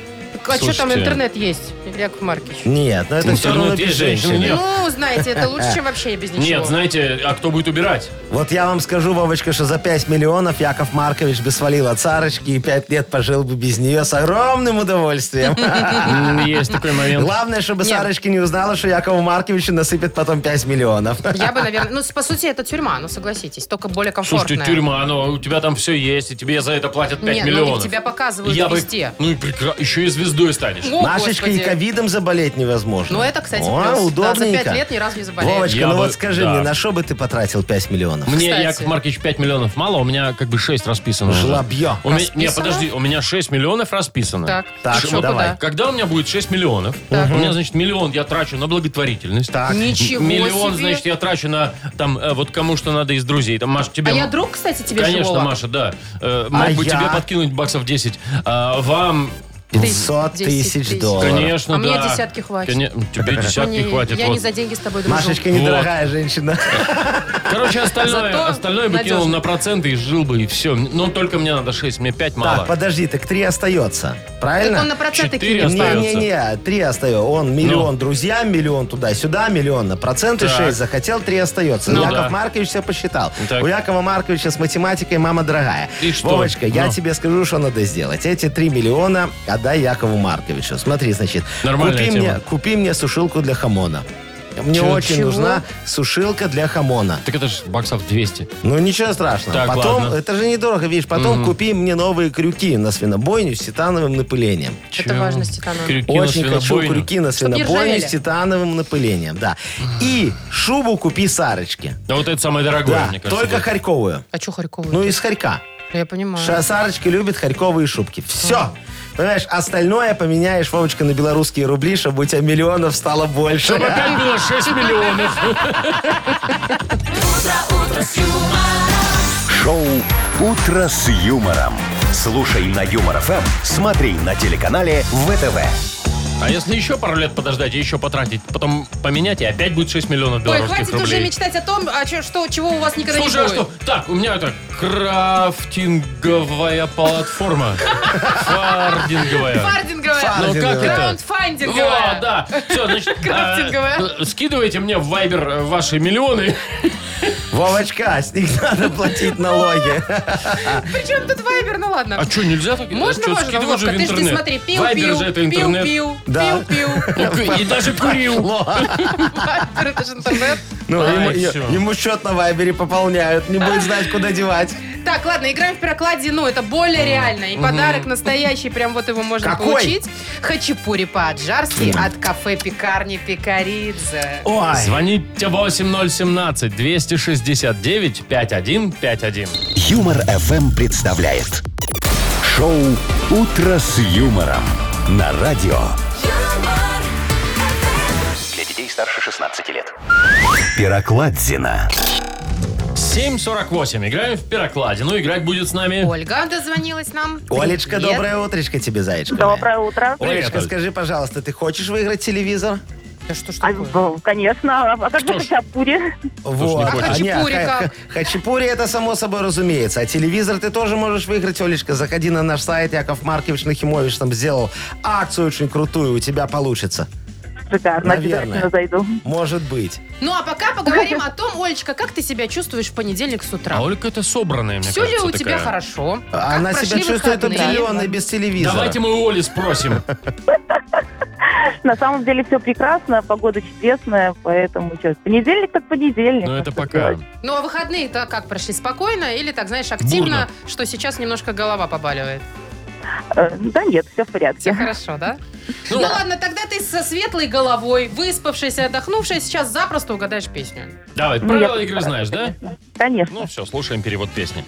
Speaker 4: А что там
Speaker 2: Слушайте.
Speaker 4: интернет есть, Яков Маркич?
Speaker 3: Нет, ну это все
Speaker 2: Интернет
Speaker 3: равно
Speaker 2: есть
Speaker 3: без
Speaker 2: женщины,
Speaker 3: женщины.
Speaker 2: нет.
Speaker 4: Ну, знаете, это лучше, чем вообще без ничего.
Speaker 2: Нет, знаете, а кто будет убирать?
Speaker 3: Вот я вам скажу, Вовочка, что за 5 миллионов Яков Маркович бы свалил от Сарочки и 5 лет пожил бы без нее с огромным удовольствием.
Speaker 4: А,
Speaker 2: М, Есть такой момент.
Speaker 3: Главное, чтобы
Speaker 4: Нет.
Speaker 3: Сарочка не узнала, что Якову Марковичу насыпят потом 5 миллионов.
Speaker 4: Я бы, наверное... Ну, с- по сути, это тюрьма, ну, согласитесь. Только более комфортная.
Speaker 2: Слушай, ты тюрьма, но у тебя там все есть, и тебе за это платят 5
Speaker 4: Нет, ну,
Speaker 2: миллионов.
Speaker 4: тебя показывают
Speaker 2: Я бы-
Speaker 4: везде.
Speaker 2: Ну и прекрасно. Еще и звездой станешь.
Speaker 4: О,
Speaker 3: Машечка, и
Speaker 4: Господи.
Speaker 3: ковидом заболеть невозможно.
Speaker 4: Ну, это, кстати,
Speaker 3: О,
Speaker 4: плюс. Да, за
Speaker 3: удобненько.
Speaker 4: пять лет ни разу не заболел.
Speaker 3: Вовочка,
Speaker 2: Я
Speaker 3: ну
Speaker 2: бы-
Speaker 3: вот скажи
Speaker 2: да.
Speaker 3: мне, на что бы ты потратил 5 миллионов?
Speaker 2: Мне,
Speaker 4: Кстати.
Speaker 2: Яков Маркович, 5 миллионов мало, у меня как бы 6 расписано. уже.
Speaker 3: Жлобье.
Speaker 2: У меня- Нет,
Speaker 4: Расписано?
Speaker 2: подожди, у меня 6 миллионов расписано.
Speaker 4: Так,
Speaker 3: Так,
Speaker 4: чё,
Speaker 3: давай.
Speaker 4: куда?
Speaker 2: Когда у меня будет 6 миллионов,
Speaker 4: Так.
Speaker 2: у меня, значит, миллион я трачу на благотворительность.
Speaker 3: Так.
Speaker 4: Ничего
Speaker 2: Миллион,
Speaker 4: себе.
Speaker 2: значит, я трачу на, там, э, вот кому что надо из друзей. Там, Маша, тебе...
Speaker 4: А я друг, кстати, тебе
Speaker 2: Конечно,
Speaker 4: живого?
Speaker 2: Маша, да. Э, мог
Speaker 3: А
Speaker 2: бы
Speaker 3: я?
Speaker 2: тебе подкинуть баксов 10. А вам...
Speaker 3: 500 тысяч долларов.
Speaker 2: Конечно,
Speaker 4: А
Speaker 2: да.
Speaker 4: мне десятки хватит.
Speaker 2: Коне- Тебе десятки
Speaker 4: Мне-
Speaker 2: хватит.
Speaker 4: Я
Speaker 2: вот.
Speaker 4: не за деньги с тобой дружу.
Speaker 3: Машечка,
Speaker 2: Вот.
Speaker 3: недорогая женщина.
Speaker 2: Короче, остальное,
Speaker 4: Зато
Speaker 2: остальное бы кинул
Speaker 4: надежно.
Speaker 2: на проценты и жил бы, и все. Но только мне надо 6, мне 5 мало.
Speaker 3: Так, подожди, так 3 остается. Правильно?
Speaker 4: Так он на проценты
Speaker 2: Четыре
Speaker 4: кинет.
Speaker 2: осталось. остается. Ну.
Speaker 3: Не-не-не, три остается. Он миллион друзьям, миллион туда-сюда, миллион на проценты,
Speaker 2: Так.
Speaker 3: шесть захотел, три остается.
Speaker 2: Ну
Speaker 3: Яков
Speaker 2: да.
Speaker 3: Маркович все посчитал.
Speaker 2: Так.
Speaker 3: У Якова Марковича с математикой мама дорогая.
Speaker 2: И что?
Speaker 3: Вовочка, я
Speaker 2: Ну.
Speaker 3: тебе скажу, что надо сделать. Эти три миллиона отдай Якову Марковичу. Смотри, значит,
Speaker 2: Нормальная
Speaker 3: купи,
Speaker 2: тема.
Speaker 3: мне, купи мне сушилку для хамона. мне
Speaker 2: Чё-
Speaker 3: очень
Speaker 4: чего?
Speaker 3: нужна сушилка для хамона.
Speaker 2: Так это же баксов 200.
Speaker 3: Ну ничего страшного.
Speaker 2: Так,
Speaker 3: потом,
Speaker 2: ладно.
Speaker 3: это же недорого, видишь, потом купи мне новые крюки на свинобойню с титановым напылением.
Speaker 2: Чё?
Speaker 4: важно, Степанов.
Speaker 2: Крюки на
Speaker 3: Очень хочу
Speaker 2: свинобойню.
Speaker 3: крюки на
Speaker 4: Чтоб не
Speaker 3: свинобойню
Speaker 4: ржавели.
Speaker 3: с титановым напылением, да. И шубу купи Сарочки.
Speaker 2: Да вот это самое дорогое,
Speaker 3: Да,
Speaker 2: мне кажется.
Speaker 3: только
Speaker 2: да.
Speaker 3: харьковую.
Speaker 4: А что Харькову?
Speaker 3: Ну, из Харька.
Speaker 4: Я понимаю.
Speaker 3: Ша- Сарочка любит харьковые шубки. Все. Понимаешь, остальное поменяешь, Вовочка, на белорусские рубли, чтобы у тебя миллионов стало больше.
Speaker 2: Чтобы опять было 6 миллионов.
Speaker 1: Шоу «Утро с юмором». Слушай на Юмор ФМ, смотри на телеканале ВТВ.
Speaker 2: А если еще пару лет подождать и еще потратить, потом поменять, и опять будет 6 миллионов
Speaker 4: Ой,
Speaker 2: белорусских
Speaker 4: хватит
Speaker 2: рублей.
Speaker 4: уже мечтать о том, а чё- что, чего у вас никогда
Speaker 2: Слушай, а
Speaker 4: не будет.
Speaker 2: что? Так, у меня это крафтинговая платформа. Фардинговая.
Speaker 4: Фардинговая.
Speaker 2: Ну как это?
Speaker 4: Краундфандинговая.
Speaker 2: Во, да. Все, значит,
Speaker 4: Крафтинговая.
Speaker 2: э, скидывайте мне в Вайбер э, ваши миллионы.
Speaker 3: Вовочка, с них надо платить налоги.
Speaker 4: Причем тут вайбер, ну ладно.
Speaker 2: А что, нельзя так?
Speaker 4: Можно,
Speaker 2: Чё,
Speaker 4: можно,
Speaker 2: скидывать же в
Speaker 4: Вовка, ты же ты
Speaker 2: интернет.
Speaker 4: смотри,
Speaker 2: Вайбер же это
Speaker 4: пил-пил,
Speaker 2: интернет.
Speaker 4: пил-пил,
Speaker 3: Да.
Speaker 4: пил-пил.
Speaker 2: Ну, И даже курил.
Speaker 4: Вайбер, это же интернет.
Speaker 3: Ну,
Speaker 2: А,
Speaker 3: ему,
Speaker 2: и всё.
Speaker 3: е- ему счет на Вайбере пополняют, не будет знать, куда девать.
Speaker 4: Так, ладно, играем в перекладину, это более реально. И подарок настоящий, прям вот его можно
Speaker 3: Какой?
Speaker 4: получить. Хачапури по-аджарски от кафе-пекарни Пекаридзе.
Speaker 3: Ой,
Speaker 2: Звоните 8017 269 5151.
Speaker 1: Юмор ФМ представляет. Шоу «Утро с юмором» на радио.
Speaker 6: Для детей старше 16 лет.
Speaker 1: Пирокладзина.
Speaker 2: 748. Играем в пирокладину. Играть будет с нами.
Speaker 4: Ольга дозвонилась нам.
Speaker 3: Олечка,
Speaker 4: Привет.
Speaker 3: доброе утречко тебе, зайчка. моя.
Speaker 7: Доброе утро.
Speaker 2: Привет,
Speaker 3: Олечка,
Speaker 2: Оль.
Speaker 3: скажи, пожалуйста, ты хочешь выиграть телевизор?
Speaker 4: Да что ж
Speaker 7: А,
Speaker 4: такое?
Speaker 7: ну, конечно. А как
Speaker 2: Что
Speaker 7: же
Speaker 2: ж.
Speaker 7: хачапури?
Speaker 2: не
Speaker 3: А
Speaker 2: хочешь?
Speaker 3: ха- не, а
Speaker 4: Хачапури
Speaker 3: ха-
Speaker 4: как?
Speaker 3: ха- Хачапури это само собой разумеется. А телевизор ты тоже можешь выиграть, Олечка. Заходи на наш сайт. Яков Маркович Нахимович там сделал акцию очень крутую. У тебя получится.
Speaker 7: Шикарно.
Speaker 3: Наверное.
Speaker 7: Обязательно зайду.
Speaker 3: Может быть.
Speaker 4: Ну а пока поговорим о том, Олечка, как ты себя чувствуешь в понедельник с утра?
Speaker 2: А Ольга это собранная, мне
Speaker 4: Все ли
Speaker 2: кажется,
Speaker 4: у тебя
Speaker 2: такая.
Speaker 4: хорошо? Как
Speaker 3: А Она себя
Speaker 4: прошли
Speaker 3: чувствует
Speaker 4: выходные?
Speaker 3: обделенной без телевизора.
Speaker 2: Давайте мы у Оли спросим.
Speaker 7: На самом деле все прекрасно, погода чудесная, поэтому сейчас понедельник так понедельник.
Speaker 2: Но
Speaker 7: Ну
Speaker 2: это пока.
Speaker 4: Ну а выходные-то как прошли? Спокойно или так, знаешь, активно, что сейчас немножко голова побаливает?
Speaker 7: Э, Да нет, все в
Speaker 4: Все
Speaker 7: порядке.
Speaker 4: хорошо, да?
Speaker 2: Ну,
Speaker 4: Ну ладно, тогда ты со светлой головой, выспавшаяся, отдохнувшая, сейчас запросто угадаешь песню.
Speaker 2: Давай,
Speaker 7: Ну,
Speaker 2: правила
Speaker 7: я-
Speaker 2: игры знаешь, да?
Speaker 7: Конечно.
Speaker 2: Ну все, слушаем перевод песни.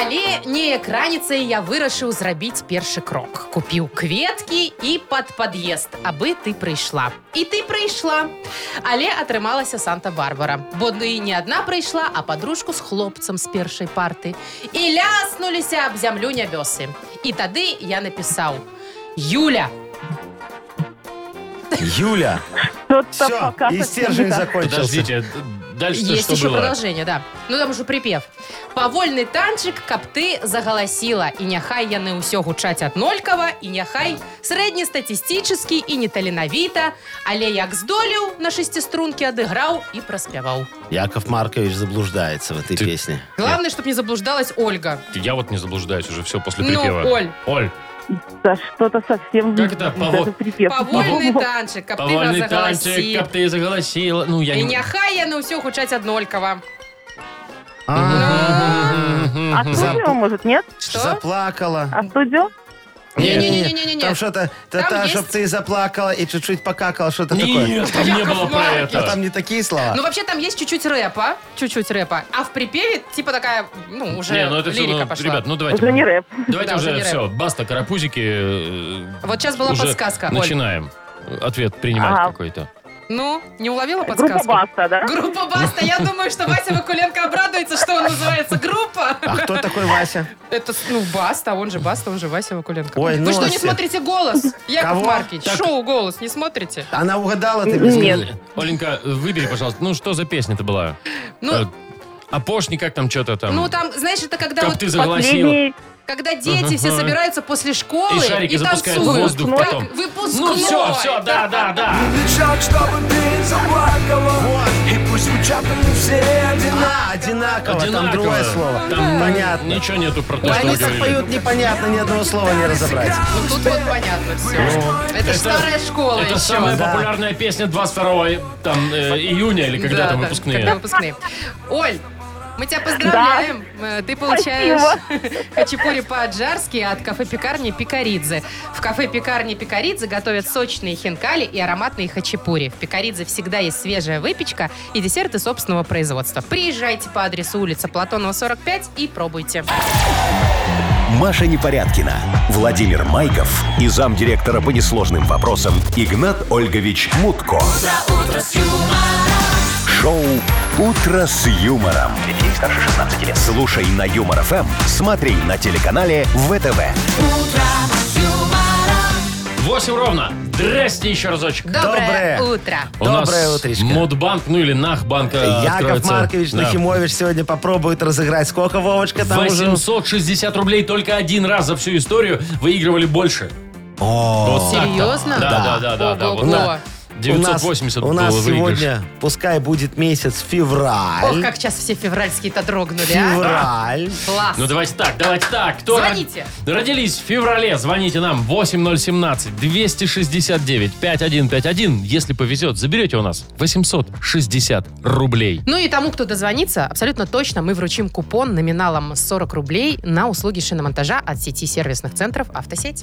Speaker 4: Але не краніцай я вырашыў зрабіць першы крок. Купіў кветкі і пад пад'езд, абы ты прыйшла. І ты прыйшла. Але атрымалася Санта-Барбара. Бо ну і не адна прыйшла, а подружку з хлопцам з першай парты. І ляснуліся аб зямлю нябёсы. І тады я напісаў: Юля,
Speaker 3: Юля,
Speaker 7: Что-то
Speaker 3: все,
Speaker 7: пока
Speaker 3: и
Speaker 7: совсем
Speaker 3: стержень
Speaker 7: не так.
Speaker 3: закончился.
Speaker 2: Подождите, дальше
Speaker 4: Есть
Speaker 2: что
Speaker 4: еще
Speaker 2: было?
Speaker 4: продолжение, да. Ну там уже припев. Павольны танчык, каб ты загаласіла, і няхай яны ўсё гучаць аднолькава, і няхай сярэднестатыстычны і неталенавіта, але як здолеў на шестиструнке адыграў і праспяваў.
Speaker 3: Яков Маркович заблуждается в этой
Speaker 2: Ты-
Speaker 3: песне.
Speaker 4: Главное, чтобы не заблуждалась Ольга.
Speaker 2: Я вот не заблуждаюсь уже все после
Speaker 4: Ну,
Speaker 2: припева.
Speaker 4: Оль,
Speaker 2: Оль,
Speaker 7: Да что-то совсем
Speaker 2: Как
Speaker 7: не-
Speaker 2: это?
Speaker 7: не
Speaker 2: Пово-
Speaker 7: даже припев.
Speaker 4: павольны танчык, каб ты
Speaker 2: повальный танчик,
Speaker 4: загаласіла.
Speaker 2: как ты заголосила. Ну, я
Speaker 4: І
Speaker 2: не...
Speaker 4: няхай яны ўсё гучаць аднолькава. Ну,
Speaker 7: А студио,
Speaker 3: Зап-
Speaker 7: может, нет?
Speaker 4: Что?
Speaker 3: Заплакала.
Speaker 7: А студио?
Speaker 4: Не-не-не-не-не-не.
Speaker 3: Там что-то, та-
Speaker 4: Там
Speaker 3: та,
Speaker 4: есть-
Speaker 3: чтоб ты заплакала и чуть-чуть покакала, что-то такое.
Speaker 2: Нет, там не
Speaker 4: Яков
Speaker 2: было про
Speaker 4: Маркович.
Speaker 2: это.
Speaker 3: А там не такие слова.
Speaker 4: Ну, вообще, там есть чуть-чуть рэпа, чуть-чуть рэпа, а в припеве, типа, такая, ну, уже
Speaker 2: Не, ну это все,
Speaker 4: лирика пошла.
Speaker 2: ребят, ну давайте.
Speaker 7: Уже не рэп.
Speaker 2: Давайте
Speaker 4: Да, уже
Speaker 2: уже
Speaker 4: не
Speaker 2: все, баста, карапузики. э,
Speaker 4: Вот щас была
Speaker 2: уже
Speaker 4: подсказка, Оль.
Speaker 2: Начинаем. Ответ принимать
Speaker 7: А.
Speaker 2: какой-то.
Speaker 4: Ну, не уловила
Speaker 7: Группа
Speaker 4: подсказку?
Speaker 7: Баста, да?
Speaker 4: Группа Баста. Я думаю, что Вася Вакуленко обрадуется, что он называется группа.
Speaker 3: А кто такой Вася?
Speaker 4: Это, ну, Баста, он же Баста, он же Вася Вакуленко.
Speaker 3: Ой,
Speaker 4: Вы
Speaker 3: ну,
Speaker 4: что, не
Speaker 3: Вася.
Speaker 4: смотрите «Голос»? Яков
Speaker 3: Кого?
Speaker 4: Маркович,
Speaker 2: Так.
Speaker 4: шоу «Голос» не смотрите?
Speaker 3: Она угадала, ты без
Speaker 7: Нет.
Speaker 2: Оленька, выбери, пожалуйста. Ну, что за песня-то была? Э,
Speaker 4: Ну,
Speaker 2: Апошник, как там что-то там?
Speaker 4: ну, там, знаешь, это когда
Speaker 2: как
Speaker 4: вот...
Speaker 2: ты заголосила.
Speaker 7: Последний
Speaker 4: Когда дети все
Speaker 2: Ага.
Speaker 4: собираются после школы
Speaker 2: И шарики запускают в
Speaker 4: танцуют.
Speaker 2: воздух
Speaker 4: Как
Speaker 2: потом.
Speaker 4: Выпускной.
Speaker 2: Ну все, все, да, да, да.
Speaker 8: Кричат, чтобы ты заплакала И пусть учатся все одинаково
Speaker 3: одна, одинаково,
Speaker 2: Одинаково.
Speaker 3: там другое слово.
Speaker 2: Там
Speaker 3: Понятно.
Speaker 2: Ничего нету про то,
Speaker 3: Ой,
Speaker 2: что
Speaker 3: Они
Speaker 2: вы говорили.
Speaker 3: поют непонятно, ни одного слова не разобрать.
Speaker 4: Ну, тут вот понятно все. Это ж старая школа
Speaker 2: Ну, Это
Speaker 4: еще.
Speaker 2: самая
Speaker 3: Да.
Speaker 2: популярная песня 22 там, э, июня или когда
Speaker 4: Да,
Speaker 2: там
Speaker 4: да,
Speaker 2: выпускные.
Speaker 4: когда выпускные. Оль, мы тебя поздравляем. Э, Ты получаешь хачапури по-аджарски от кафе-пекарни Пикаридзе. В кафе-пекарне Пикаридзе готовят сочные хинкали и ароматные хачапури. В Пикаридзе всегда есть свежая выпечка и десерты собственного производства. Приезжайте по адресу улица Платонова, 45 и пробуйте.
Speaker 1: Маша Непорядкина, Владимир Майков и замдиректора по несложным вопросам Игнат Ольгович Мутко. Шоу Утро с юмором.
Speaker 6: Для детей старше 16 лет.
Speaker 1: Слушай на Юмор ФМ, смотри на телеканале ВТВ.
Speaker 2: 8 ровно. Здрасте еще разочек.
Speaker 4: Доброе,
Speaker 3: Доброе.
Speaker 4: утро.
Speaker 2: У
Speaker 3: Доброе
Speaker 2: нас
Speaker 3: утречко.
Speaker 2: Модбанк, ну или Нахбанк э,
Speaker 3: Яков
Speaker 2: откроется.
Speaker 3: Маркович
Speaker 2: Да.
Speaker 3: Нахимович сегодня попробует разыграть. Сколько, Вовочка, там уже?
Speaker 2: 860 рублей только один раз за всю историю выигрывали больше. Вот так-то.
Speaker 4: Серьезно?
Speaker 2: Да, да, да, да. да.
Speaker 4: Ого-го.
Speaker 2: Вот так.
Speaker 3: У нас-
Speaker 2: 980
Speaker 3: У нас
Speaker 2: было выигрыш.
Speaker 3: сегодня, пускай будет месяц
Speaker 4: Ох,
Speaker 3: февраль.
Speaker 4: как сейчас все февральские-то дрогнули, а?
Speaker 3: Февраль.
Speaker 4: Класс.
Speaker 2: Ну давайте так, давайте так. Кто
Speaker 4: Звоните.
Speaker 2: род- Родились в феврале, звоните нам 8017 269 5151. Если повезет, заберете у нас 860 рублей.
Speaker 4: Ну и тому, кто дозвонится, абсолютно точно мы вручим купон номиналом 40 рублей на услуги шиномонтажа от сети сервисных центров «Автосеть».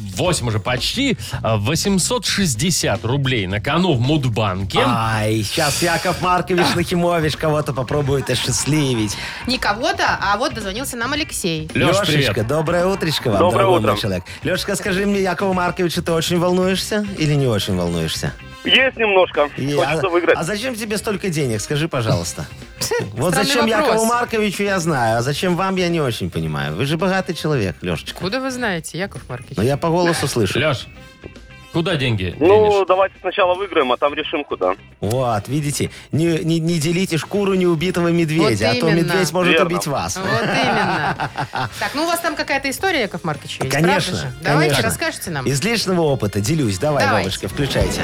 Speaker 2: уже почти. а, 860 рублей на кону в Мудбанке.
Speaker 3: Ай, сейчас Яков Маркович Нахимович кого-то попробует осчастливить.
Speaker 4: Не кого-то, а вот дозвонился нам Алексей.
Speaker 2: Леш,
Speaker 3: Лешечка,
Speaker 2: привет.
Speaker 3: доброе утречко вам,
Speaker 5: Доброе
Speaker 3: дорогой
Speaker 5: утро.
Speaker 3: мой человек. Лешечка, скажи мне, Якову Марковичу, ты очень волнуешься или не очень волнуешься?
Speaker 5: Есть немножко.
Speaker 3: И-
Speaker 5: Хочется
Speaker 3: а,
Speaker 5: выиграть.
Speaker 3: а зачем тебе столько денег, скажи, пожалуйста? Вот
Speaker 4: Странный
Speaker 3: зачем
Speaker 4: вопрос.
Speaker 3: Якову Марковичу я знаю, а зачем вам я не очень понимаю. Вы же богатый человек, Лешечка.
Speaker 4: Куда вы знаете, Яков Маркович?
Speaker 3: Но я по голосу слышу.
Speaker 2: Леш, куда деньги
Speaker 5: Ну,
Speaker 2: денешь?
Speaker 5: давайте сначала выиграем, а там решим куда.
Speaker 3: Вот, видите, не, не- не делите шкуру неубитого медведя,
Speaker 4: Вот
Speaker 3: а то
Speaker 4: именно.
Speaker 3: медведь может
Speaker 5: Верно.
Speaker 3: убить вас.
Speaker 4: Вот именно. Так, ну у вас там какая-то история, Яков Маркович, есть, правда
Speaker 3: Конечно,
Speaker 4: же? Давайте
Speaker 3: конечно.
Speaker 4: расскажете нам.
Speaker 3: Из личного опыта делюсь. Давай,
Speaker 4: Давайте.
Speaker 3: Вовочка, включайте.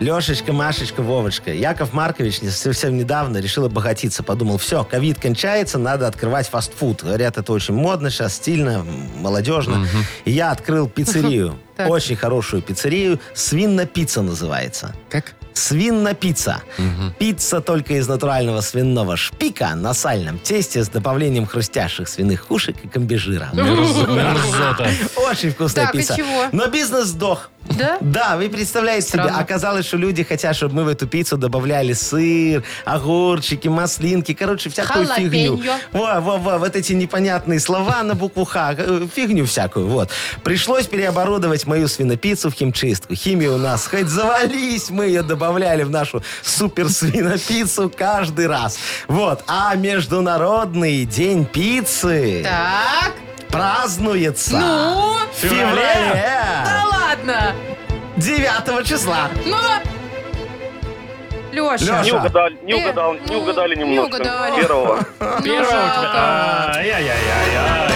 Speaker 3: Лешечка, Машечка, Вовочка. Яков Маркович не- совсем недавно решил обогатиться. Подумал, все, ковид кончается, надо открывать фастфуд. Говорят, это очень модно сейчас, стильно, м, молодежно. И я открыл пиццерию.
Speaker 4: Так.
Speaker 3: Очень хорошую пиццерию. Свинно-пицца называется.
Speaker 2: Как?
Speaker 3: Свинно-пицца. Пицца только из натурального свиного шпика на сальном тесте с добавлением хрустящих свиных кушек и комбижира.
Speaker 2: Ну. Мерзота.
Speaker 3: Ну, Очень вкусная
Speaker 4: Так, и
Speaker 3: пицца.
Speaker 4: чего?
Speaker 3: Но бизнес сдох.
Speaker 4: Да?
Speaker 3: Да, вы представляете
Speaker 4: Странно.
Speaker 3: себе, оказалось, что люди хотят, чтобы мы в эту пиццу добавляли сыр, огурчики, маслинки, короче, всякую
Speaker 4: Халапеньо.
Speaker 3: фигню. Во, во, во, вот эти непонятные слова на букву Х, э, фигню всякую, вот. Пришлось переоборудовать мою свинопиццу в химчистку. Химия у нас, хоть завались, мы ее добавляли в нашу супер свинопиццу каждый раз. Вот, а Международный день пиццы
Speaker 4: Так,
Speaker 3: празднуется
Speaker 4: ну,
Speaker 3: в феврале
Speaker 4: да ладно.
Speaker 3: 9 числа.
Speaker 4: Ну, Леша.
Speaker 5: Не
Speaker 3: Леша.
Speaker 5: угадали, не
Speaker 4: Э,
Speaker 5: угадал, не
Speaker 4: ну,
Speaker 5: угадали
Speaker 4: не
Speaker 5: немножко.
Speaker 4: угадали.
Speaker 5: Первого.
Speaker 4: ну
Speaker 2: Первого у тебя- Ай-яй-яй-яй.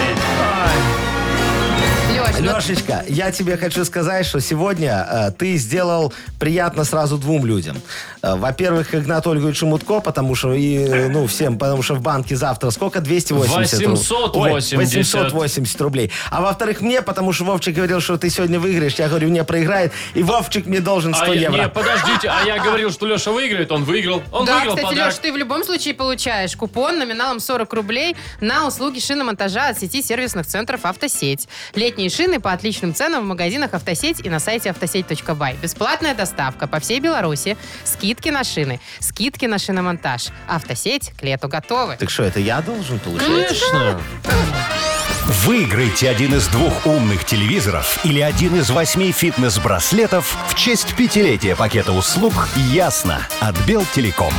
Speaker 4: Леш, ну
Speaker 3: Лешечка, я тебе хочу сказать, что сегодня э, ты сделал приятно сразу двум людям. Э, во-первых, Игнат Ольговичу Мутко, потому что и, э, ну, всем, потому что в банке завтра сколько? 280 ру-
Speaker 2: 880.
Speaker 3: Ой, 880 рублей. А во-вторых, мне, потому что Вовчик говорил, что ты сегодня выиграешь. Я говорю, не проиграет. И Вовчик мне должен 100
Speaker 2: А я-
Speaker 3: евро.
Speaker 2: Не, подождите, а я говорил, что Леша выиграет, он выиграл. Он
Speaker 4: да,
Speaker 2: выиграл
Speaker 4: кстати,
Speaker 2: подарок.
Speaker 4: Леш, ты в любом случае получаешь купон номиналом 40 рублей на услуги шиномонтажа от сети сервисных центров «Автосеть». Летние шины по отличным ценам в магазинах «Автосеть» и на сайте автосеть.бай. Бесплатная доставка по всей Беларуси. Скидки на шины. Скидки на шиномонтаж. «Автосеть» к лету готовы.
Speaker 3: Так что, это я должен получить?
Speaker 4: Ну
Speaker 2: Конечно.
Speaker 1: Выиграйте один из двух умных телевизоров или один из восьми фитнес-браслетов в честь пятилетия пакета услуг «Ясно» от Белтелеком.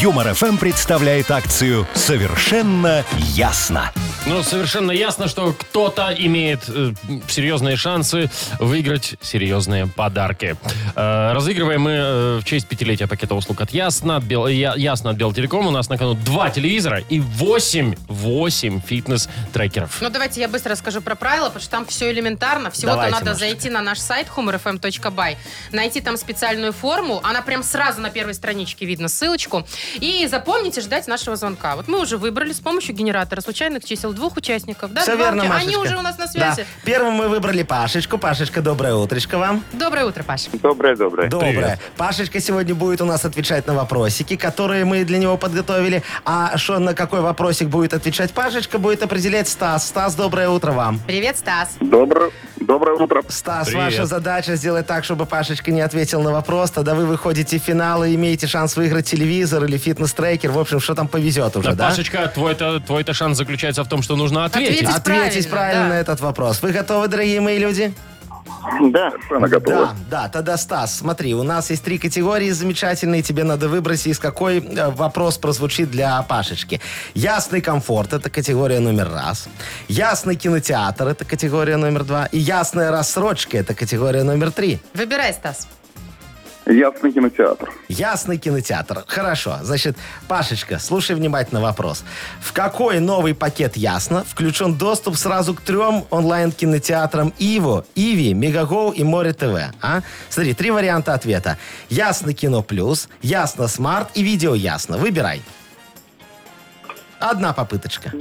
Speaker 1: Юмор-ФМ представляет акцию «Совершенно ясно».
Speaker 2: Ну, совершенно ясно, что кто-то имеет э, серьезные шансы выиграть серьезные подарки. Э, разыгрываем мы э, в честь пятилетия пакета услуг от Ясно, от Бел- Я- Ясно от Белтелеком. У нас на кону два телевизора и 8, 8 фитнес-трекеров.
Speaker 4: Ну, давайте я быстро расскажу про правила, потому что там все элементарно. Всего-то
Speaker 3: Давайте,
Speaker 4: надо
Speaker 3: Машечка.
Speaker 4: зайти на наш сайт humorfm.by, найти там специальную форму. Она прям сразу на первой страничке видно ссылочку. И запомните ждать нашего звонка. Вот мы уже выбрали с помощью генератора случайных чисел двух участников. Да,
Speaker 3: Все
Speaker 4: Два
Speaker 3: верно,
Speaker 4: уч-
Speaker 3: Машечка.
Speaker 4: Они уже у нас на
Speaker 3: Да.
Speaker 4: связи.
Speaker 3: Первым мы выбрали Пашечку. Пашечка, доброе утречко вам.
Speaker 4: Доброе утро, Паша.
Speaker 5: Доброе-доброе.
Speaker 3: Доброе. Пашечка сегодня будет у нас отвечать на вопросики, которые мы для него подготовили. А что на какой вопросик будет отвечать Пашечка, будет определять Стас. Стас, доброе утро вам.
Speaker 4: Привет, Стас.
Speaker 5: Доброе, доброе утро.
Speaker 3: Стас,
Speaker 2: Привет.
Speaker 3: ваша задача сделать так, чтобы Пашечка не ответил на вопрос. Тогда вы выходите в финал и имеете шанс выиграть телевизор или фитнес-трекер. В общем, что там повезет уже,
Speaker 2: Да,
Speaker 3: да?
Speaker 2: Пашечка, твой-то, твой-то шанс заключается в том, что нужно ответить.
Speaker 4: Ответить.
Speaker 3: Ответить
Speaker 4: правильно,
Speaker 3: правильно
Speaker 4: да.
Speaker 3: на этот вопрос. Вы готовы, дорогие мои люди?
Speaker 5: Да. Она готова.
Speaker 3: Да, да, тогда, Стас, смотри, у нас есть три категории замечательные, тебе надо выбрать, из какой э, вопрос прозвучит для Пашечки. Ясный комфорт – это категория номер раз. Ясный кинотеатр – это категория номер два. И ясная рассрочка – это категория номер три.
Speaker 4: Выбирай, Стас.
Speaker 5: Ясный кинотеатр.
Speaker 3: Ясный кинотеатр. Хорошо. Значит, Пашечка, слушай внимательно вопрос. В какой новый пакет «Ясно» включен доступ сразу к трем онлайн-кинотеатрам «Иво», «Иви», «Мегагоу» и «Море ТВ»? А? Смотри, три варианта ответа. «Ясно Кино Плюс», «Ясно Смарт» и «Видео Ясно». Выбирай. Одна попыточка.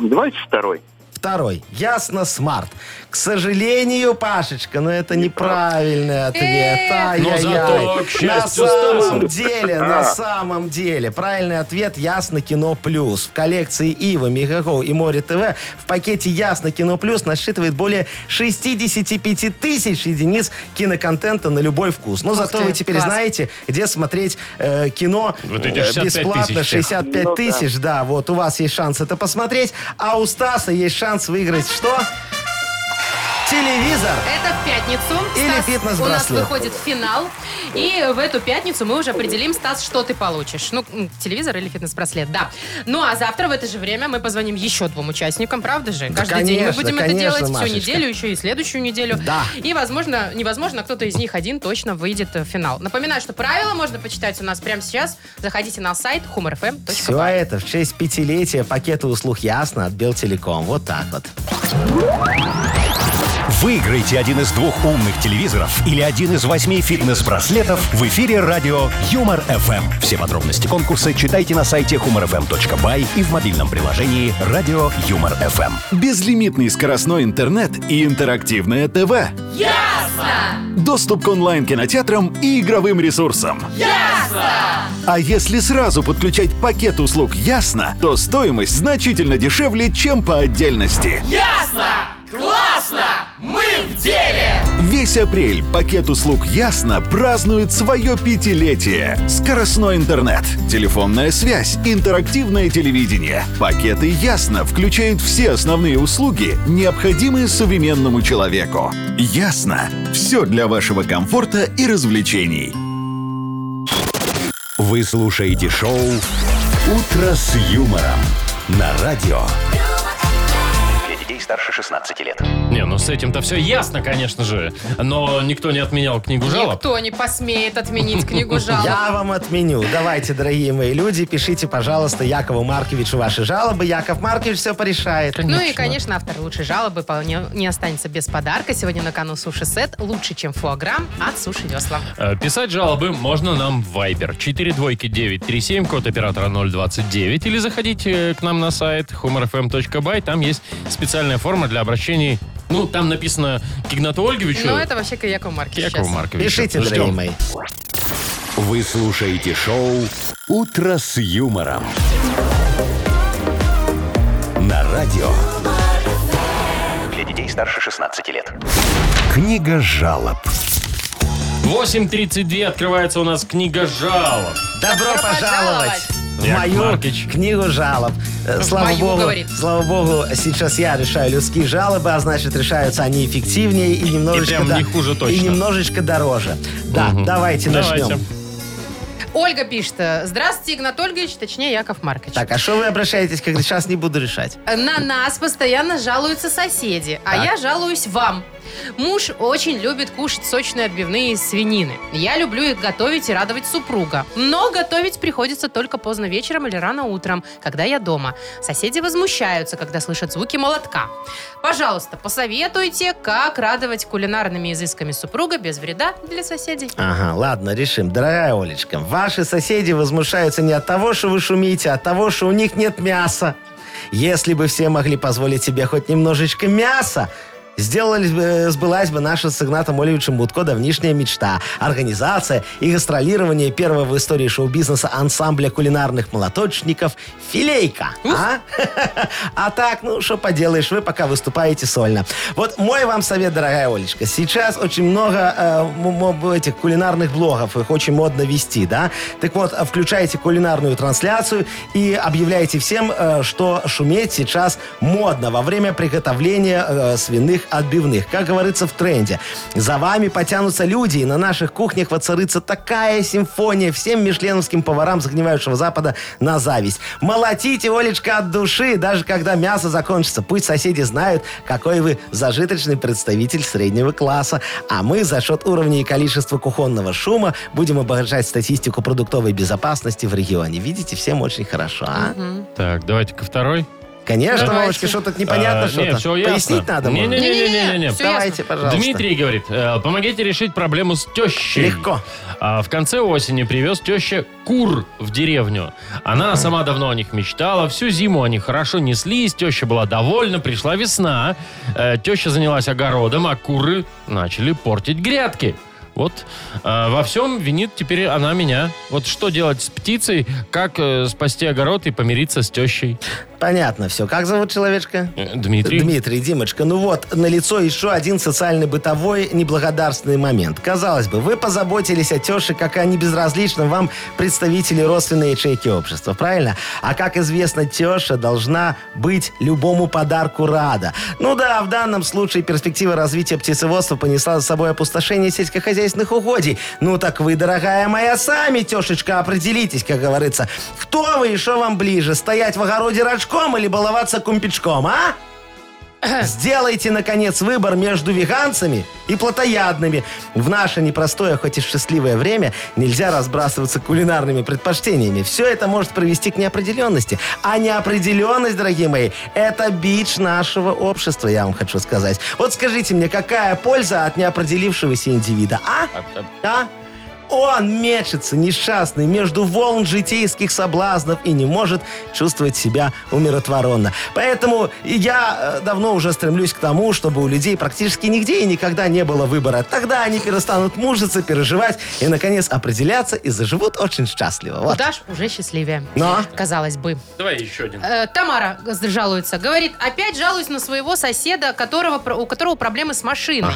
Speaker 5: Давайте второй.
Speaker 3: Второй. Ясно Смарт. К сожалению, Пашечка, но это неправильный
Speaker 4: Э.
Speaker 3: ответ. Ай-яй-яй.
Speaker 2: Но зато, к
Speaker 3: на
Speaker 2: счастью,
Speaker 3: самом деле,
Speaker 4: А.
Speaker 3: на самом деле, правильный ответ Ясно Кино Плюс. В коллекции Ива, Мегаго и Море ТВ в пакете Ясно Кино Плюс насчитывает более 65 тысяч единиц киноконтента на любой вкус. Но зато
Speaker 4: ты,
Speaker 3: вы теперь
Speaker 4: класс.
Speaker 3: знаете, где смотреть э, кино
Speaker 2: Вот эти
Speaker 3: э,
Speaker 2: 65 тысяч
Speaker 3: бесплатно
Speaker 2: всех.
Speaker 3: 65 тысяч, да. вот у вас есть шанс это посмотреть, а у Стаса есть шанс выиграть что? Телевизор!
Speaker 4: Это в пятницу.
Speaker 3: Или
Speaker 4: Стас, у нас
Speaker 3: фитнес-браслет.
Speaker 4: выходит финал. И в эту пятницу мы уже определим, Стас, что ты получишь. Ну, м, телевизор или фитнес-браслет, да. Ну, а завтра в это же время мы позвоним еще двум участникам, правда же?
Speaker 3: Да,
Speaker 4: Каждый день мы
Speaker 3: конечно,
Speaker 4: будем это
Speaker 3: конечно,
Speaker 4: делать всю
Speaker 3: Машечка.
Speaker 4: неделю, еще и следующую неделю.
Speaker 3: Да.
Speaker 4: И, возможно, невозможно, кто-то из них один точно выйдет э, в финал. Напоминаю, что правила можно почитать у нас прямо сейчас. Заходите на сайт humorfm.by.
Speaker 3: Все это в честь пятилетия пакета услуг «Ясно» от Белтелеком. Вот так вот.
Speaker 1: Выиграйте один из двух умных телевизоров или один из восьми фитнес-браслетов в эфире радио Юмор ФМ. Все подробности конкурса читайте на сайте humorfm.by и в мобильном приложении радио Юмор ФМ.
Speaker 8: Безлимитный скоростной интернет и интерактивное ТВ. Ясно! Доступ к онлайн-кинотеатрам и игровым ресурсам. Ясно! А если сразу подключать пакет услуг «Ясно», то стоимость значительно дешевле, чем по отдельности. Весь апрель пакет услуг «Ясно» празднует свое пятилетие. Скоростной интернет, телефонная связь, интерактивное телевидение. Пакеты «Ясно» включают все основные услуги, необходимые современному человеку. «Ясно» — все для вашего комфорта и развлечений.
Speaker 1: Вы слушаете шоу «Утро с юмором» на радио.
Speaker 6: Для детей старше 16 лет.
Speaker 2: Не, ну с этим-то все ясно, конечно же. Но никто не отменял книгу жалоб.
Speaker 4: Никто не посмеет отменить книгу жалоб.
Speaker 3: Я вам отменю. Давайте, дорогие мои люди, пишите, пожалуйста, Якову Марковичу ваши жалобы. Яков Маркович все порешает.
Speaker 4: Ну и, конечно, автор лучшей жалобы вполне не останется без подарка. Сегодня на кону суши-сет лучше, чем фуаграм от суши-весла.
Speaker 2: Э, Писать жалобы можно нам в Viber 42937, код оператора 029, или заходите э, к нам на сайт humorfm.by, там есть специальная форма для обращений. Ну, там написано к Игнату Ольговичу,
Speaker 4: Ну, это вообще Яков Маркович
Speaker 2: Якову
Speaker 4: сейчас.
Speaker 2: Марковичу.
Speaker 3: Пишите, дорогие
Speaker 2: Ждем.
Speaker 3: мои.
Speaker 1: Вы слушаете шоу «Утро с юмором» на радио.
Speaker 6: Для детей старше 16 лет.
Speaker 1: Книга жалоб.
Speaker 2: 8.32 открывается у нас книга жалоб.
Speaker 3: Добро
Speaker 4: Добро
Speaker 3: пожаловать!
Speaker 4: пожаловать!
Speaker 3: В
Speaker 2: Яков
Speaker 3: мою
Speaker 2: Маркович.
Speaker 3: книгу жалоб. Э,
Speaker 4: В
Speaker 3: Слава
Speaker 4: мою,
Speaker 3: богу,
Speaker 4: говорит.
Speaker 3: слава богу, сейчас я решаю людские жалобы, а значит решаются они эффективнее и немножечко
Speaker 2: прям
Speaker 3: да-
Speaker 2: не хуже точно.
Speaker 3: и немножечко дороже. Да, давайте
Speaker 2: Давайте.
Speaker 3: начнем.
Speaker 4: Ольга пишет. Здравствуйте, Игнат Ольгович, точнее, Яков Маркович.
Speaker 3: Так, а что вы обращаетесь, когда сейчас не буду решать?
Speaker 4: На нас постоянно жалуются соседи, а
Speaker 3: Так.
Speaker 4: я жалуюсь вам. Муж очень любит кушать сочные отбивные из свинины. Я люблю их готовить и радовать супруга. Но готовить приходится только поздно вечером или рано утром, когда я дома. Соседи возмущаются, когда слышат звуки молотка. Пожалуйста, посоветуйте, как радовать кулинарными изысками супруга без вреда для соседей.
Speaker 3: Ага, ладно, решим. Дорогая Олечка, ваши соседи возмущаются не от того, что вы шумите, а от того, что у них нет мяса. Если бы все могли позволить себе хоть немножечко мяса, сделали бы- э, сбылась бы наша с Игнатом Олевичем Будко давнишняя мечта. Организация и гастролирование первого в истории шоу-бизнеса ансамбля кулинарных молоточников «Филейка». А? а так, ну, что поделаешь, вы пока выступаете сольно. Вот мой вам совет, дорогая Олечка. Сейчас очень много э, м- м- этих кулинарных блогов, их очень модно вести, да? Так вот, включайте кулинарную трансляцию и объявляйте всем, э, что шуметь сейчас модно во время приготовления э, свиных отбивных. Как говорится в тренде. За вами потянутся люди, и на наших кухнях воцарится такая симфония всем мишленовским поварам загнивающего Запада на зависть. Молотите, Олечка, от души, даже когда мясо закончится. Пусть соседи знают, какой вы зажиточный представитель среднего класса. А мы за счет уровня и количества кухонного шума будем обогащать статистику продуктовой безопасности в регионе. Видите, всем очень хорошо, а?
Speaker 2: Так, давайте ко второй.
Speaker 3: Конечно,
Speaker 4: Давайте.
Speaker 3: Олечка, что-то непонятно
Speaker 2: А,
Speaker 3: что-то.
Speaker 2: не, всё ясно.
Speaker 3: Пояснить надо? может?
Speaker 2: Не-не-не. Не-не-не,
Speaker 4: всё ясно.
Speaker 3: Давайте, пожалуйста.
Speaker 2: Дмитрий говорит, э, помогите решить проблему с тещей.
Speaker 3: Легко.
Speaker 2: А в конце осени привез теща кур в деревню. Она сама давно о них мечтала, всю зиму они хорошо неслись, теща была довольна, пришла весна. Э, Теща занялась огородом, а куры начали портить грядки. Вот э, во всем винит теперь она меня. Вот что делать с птицей, как э, спасти огород и помириться с тещей.
Speaker 3: Понятно все. Как зовут человечка?
Speaker 2: Э, Дмитрий.
Speaker 3: Димочка, ну вот, на лицо еще один социально-бытовой неблагодарственный момент. Казалось бы, вы позаботились о теше, как они безразличны вам представители родственной ячейки общества, правильно? А как известно, теша должна быть любому подарку рада. Ну да, в данном случае перспектива развития птицеводства понесла за собой опустошение сельскохозяйственных угодий. Ну так вы, дорогая моя, сами, тешечка, определитесь, как говорится. Кто вы и что вам ближе, стоять в огороде рожком или баловаться кумпичком, а? Сделайте, наконец, выбор между веганцами и плотоядными. В наше непростое, хоть и счастливое время, нельзя разбрасываться кулинарными предпочтениями. Все это может привести к неопределенности. А неопределенность, дорогие мои, это бич нашего общества, я вам хочу сказать. Вот скажите мне, какая польза от неопределившегося индивида, а? А? Он мечется, несчастный, между волн житейских соблазнов и не может чувствовать себя умиротворенно. Поэтому я э, давно уже стремлюсь к тому, чтобы у людей практически нигде и никогда не было выбора. Тогда они перестанут мужиться, переживать и, наконец, определяться и заживут очень счастливо. Вот.
Speaker 4: Даш уже счастливее.
Speaker 3: Но.
Speaker 4: Казалось бы.
Speaker 2: Давай еще один.
Speaker 4: Э, Тамара жалуется. Говорит, опять жалуюсь на своего соседа, которого, про- у которого проблемы с машиной.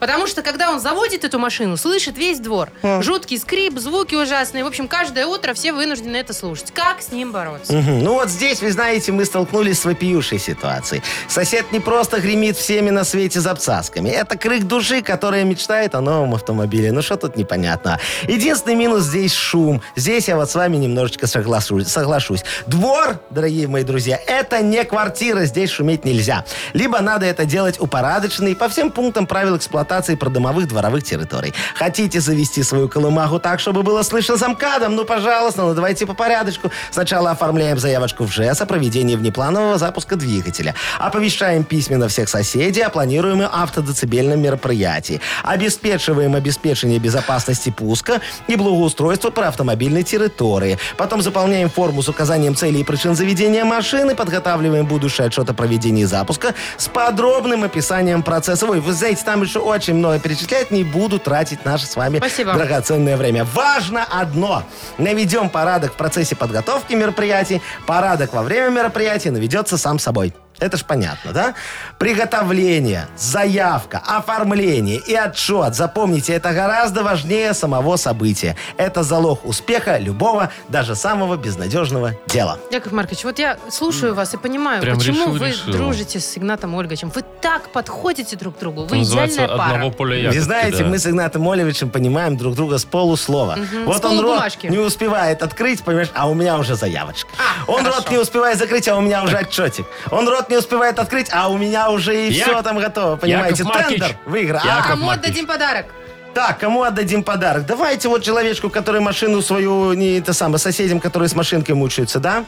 Speaker 4: Потому что, когда он заводит эту машину, слышит весь двор. Жуткий скрип, звуки ужасные. В общем, каждое утро все вынуждены это слушать. Как с ним бороться?
Speaker 3: Мгм. Ну вот здесь, вы знаете, мы столкнулись с вопиющей ситуацией. Сосед не просто гремит всеми на свете запцасками. Это крик души, которая мечтает о новом автомобиле. Ну что тут непонятно. Единственный минус здесь шум. Здесь я вот с вами немножечко согласу- соглашусь. Двор, дорогие мои друзья, это не квартира. Здесь шуметь нельзя. Либо надо это делать упорядоченно и по всем пунктам правил эксплуатации продомовых дворовых территорий. Хотите завести свою колымагу так, чтобы было слышно замкадом? Ну, пожалуйста, ну давайте по порядочку. Сначала оформляем заявочку в ЖЭС о проведении внепланового запуска двигателя. Оповещаем письменно всех соседей о планируемом автодецибельном мероприятии. Обеспечиваем обеспечение безопасности пуска и благоустройство по автомобильной территории. Потом заполняем форму с указанием целей и причин заведения машины, подготавливаем будущий отчет о проведении запуска с подробным описанием процесса. Ой, вы знаете, там еще очень много перечислять, не буду тратить наше с вами
Speaker 4: Спасибо.
Speaker 3: дорого- драгоценное время. Важно одно. Наведем порядок в процессе подготовки мероприятий. Порядок во время мероприятий наведется сам собой. Это ж понятно, да? Приготовление, заявка, оформление и отчет. Запомните, это гораздо важнее самого события. Это залог успеха любого, даже самого безнадежного дела.
Speaker 4: Яков Маркович, вот я слушаю вас и понимаю,
Speaker 2: Прям
Speaker 4: почему
Speaker 2: решил,
Speaker 4: вы
Speaker 2: решил.
Speaker 4: дружите с Игнатом Ольговичем. Вы так подходите друг к другу.
Speaker 2: Это
Speaker 4: Вы
Speaker 2: называется
Speaker 4: идеальная пара. А,
Speaker 2: одного поля
Speaker 3: Вы
Speaker 2: ягодки,
Speaker 3: знаете,
Speaker 2: да.
Speaker 3: мы с Игнатом Олевичем понимаем друг друга с полуслова.
Speaker 4: С
Speaker 3: Вот он рот
Speaker 4: полубумажки.
Speaker 3: не успевает открыть, понимаешь, а у меня уже заявочка. он рот не успевает закрыть, а у меня уже отчетик. Он рот не успевает открыть, а у меня уже и
Speaker 2: Я-
Speaker 3: все там готово, понимаете?
Speaker 2: Яков Маркич.
Speaker 3: Тендер выиграл. А,
Speaker 2: Яков
Speaker 4: Кому
Speaker 2: Маркович.
Speaker 4: отдадим подарок?
Speaker 3: так, кому отдадим подарок? Давайте вот человечку, который машину свою, не это самое, соседям, которые с машинкой мучаются, да?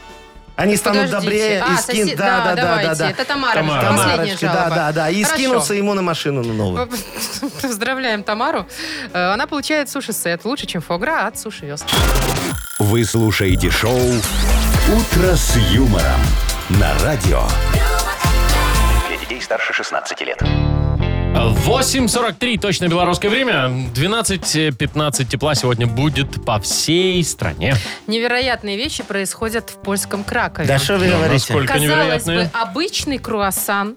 Speaker 3: Они станут
Speaker 4: Подождите.
Speaker 3: добрее
Speaker 4: А,
Speaker 3: и скинут.
Speaker 4: сосед-
Speaker 3: Да, да, да, да,
Speaker 4: давайте.
Speaker 3: да.
Speaker 4: Это Тамара.
Speaker 2: Тамара.
Speaker 4: Последняя
Speaker 3: Тамарочка, да,
Speaker 4: жалоба.
Speaker 3: да, да. И
Speaker 4: Хорошо.
Speaker 3: скинутся ему на машину на новую.
Speaker 4: Поздравляем Тамару. Э, Она получает суши-сет лучше, чем фогра от Суши Вест.
Speaker 1: Вы слушаете шоу «Утро с юмором» на радио.
Speaker 6: Для детей старше 16 лет.
Speaker 2: 8.43, точно белорусское время. 12.15 тепла сегодня будет по всей стране.
Speaker 4: Невероятные вещи происходят в польском Кракове.
Speaker 3: Да что вы говорите?
Speaker 2: Насколько
Speaker 4: Казалось бы,
Speaker 2: невероятные.
Speaker 4: обычный круассан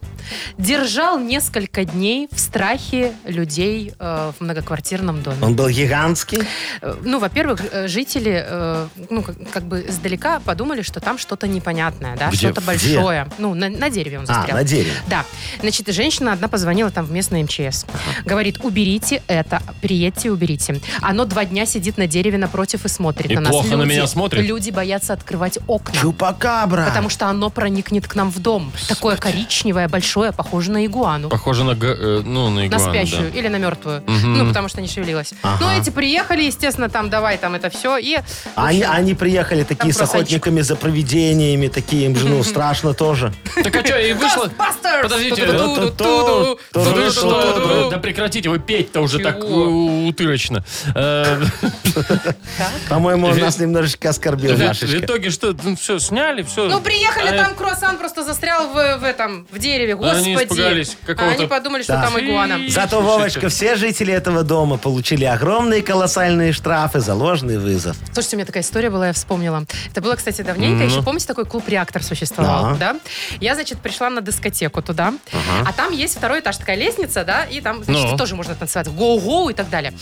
Speaker 4: держал несколько дней в страхе людей э, в многоквартирном доме.
Speaker 3: Он был гигантский.
Speaker 4: Э, Ну, во-первых, э, жители, э, ну, как, как бы издалека подумали, что там что-то непонятное, да,
Speaker 2: Где?
Speaker 4: что-то большое. Ну, на, на дереве он
Speaker 3: А,
Speaker 4: застрял.
Speaker 3: на дереве.
Speaker 4: Да. Значит, женщина одна позвонила там в местный МЧС. Говорит, уберите это, приедьте, уберите. Оно два дня сидит на дереве напротив и смотрит
Speaker 2: И
Speaker 4: на нас.
Speaker 2: плохо на меня смотрит?
Speaker 4: Люди боятся открывать окна.
Speaker 3: Чупакабра.
Speaker 4: Потому что оно проникнет к нам в дом. Такое коричневое, большое, похоже на игуану.
Speaker 2: Похоже на, г- э, ну, на
Speaker 4: На
Speaker 2: игуану,
Speaker 4: спящую
Speaker 2: да.
Speaker 4: или на мертвую.
Speaker 2: Мгм.
Speaker 4: Ну, потому что не шевелилась.
Speaker 3: Ага.
Speaker 4: Ну, эти приехали, естественно, там давай там это все. И
Speaker 3: Они, они приехали такие с
Speaker 4: просто
Speaker 3: охотниками за провидениями, такие им же, ну, страшно тоже.
Speaker 2: Так а что, и вышло...
Speaker 4: Ghostbusters!
Speaker 2: Подождите.
Speaker 4: Ту-ду-ду-ду-ду.
Speaker 2: Да
Speaker 3: Тоже
Speaker 2: вы
Speaker 3: что-то,
Speaker 2: что?
Speaker 3: да.
Speaker 2: Да прекратите, вы петь-то уже так
Speaker 4: Чего?
Speaker 2: у- утырочно. Э,
Speaker 3: По-моему, он нас немножечко оскорбил,
Speaker 2: В
Speaker 3: Машечка.
Speaker 2: итоге что, все, сняли, все.
Speaker 4: Ну, приехали,
Speaker 2: А,
Speaker 4: там круассан просто застрял в, в этом, в дереве. Господи.
Speaker 2: Они испугались
Speaker 4: А
Speaker 2: какого-то-
Speaker 4: они подумали, что
Speaker 3: Да.
Speaker 4: там игуана.
Speaker 2: Фи.
Speaker 3: Зато, Вовочка, все жители этого дома получили огромные колоссальные штрафы за ложный вызов.
Speaker 4: Слушайте, у меня такая история была, я вспомнила. Это было, кстати, давненько. Еще помните, такой клуб «Реактор» существовал, да? Я, значит, пришла на дискотеку туда, а там есть второй этаж, такая лестница, да, и там, значит,
Speaker 2: Ну.
Speaker 4: тоже можно танцевать. Гоу-гоу и так далее.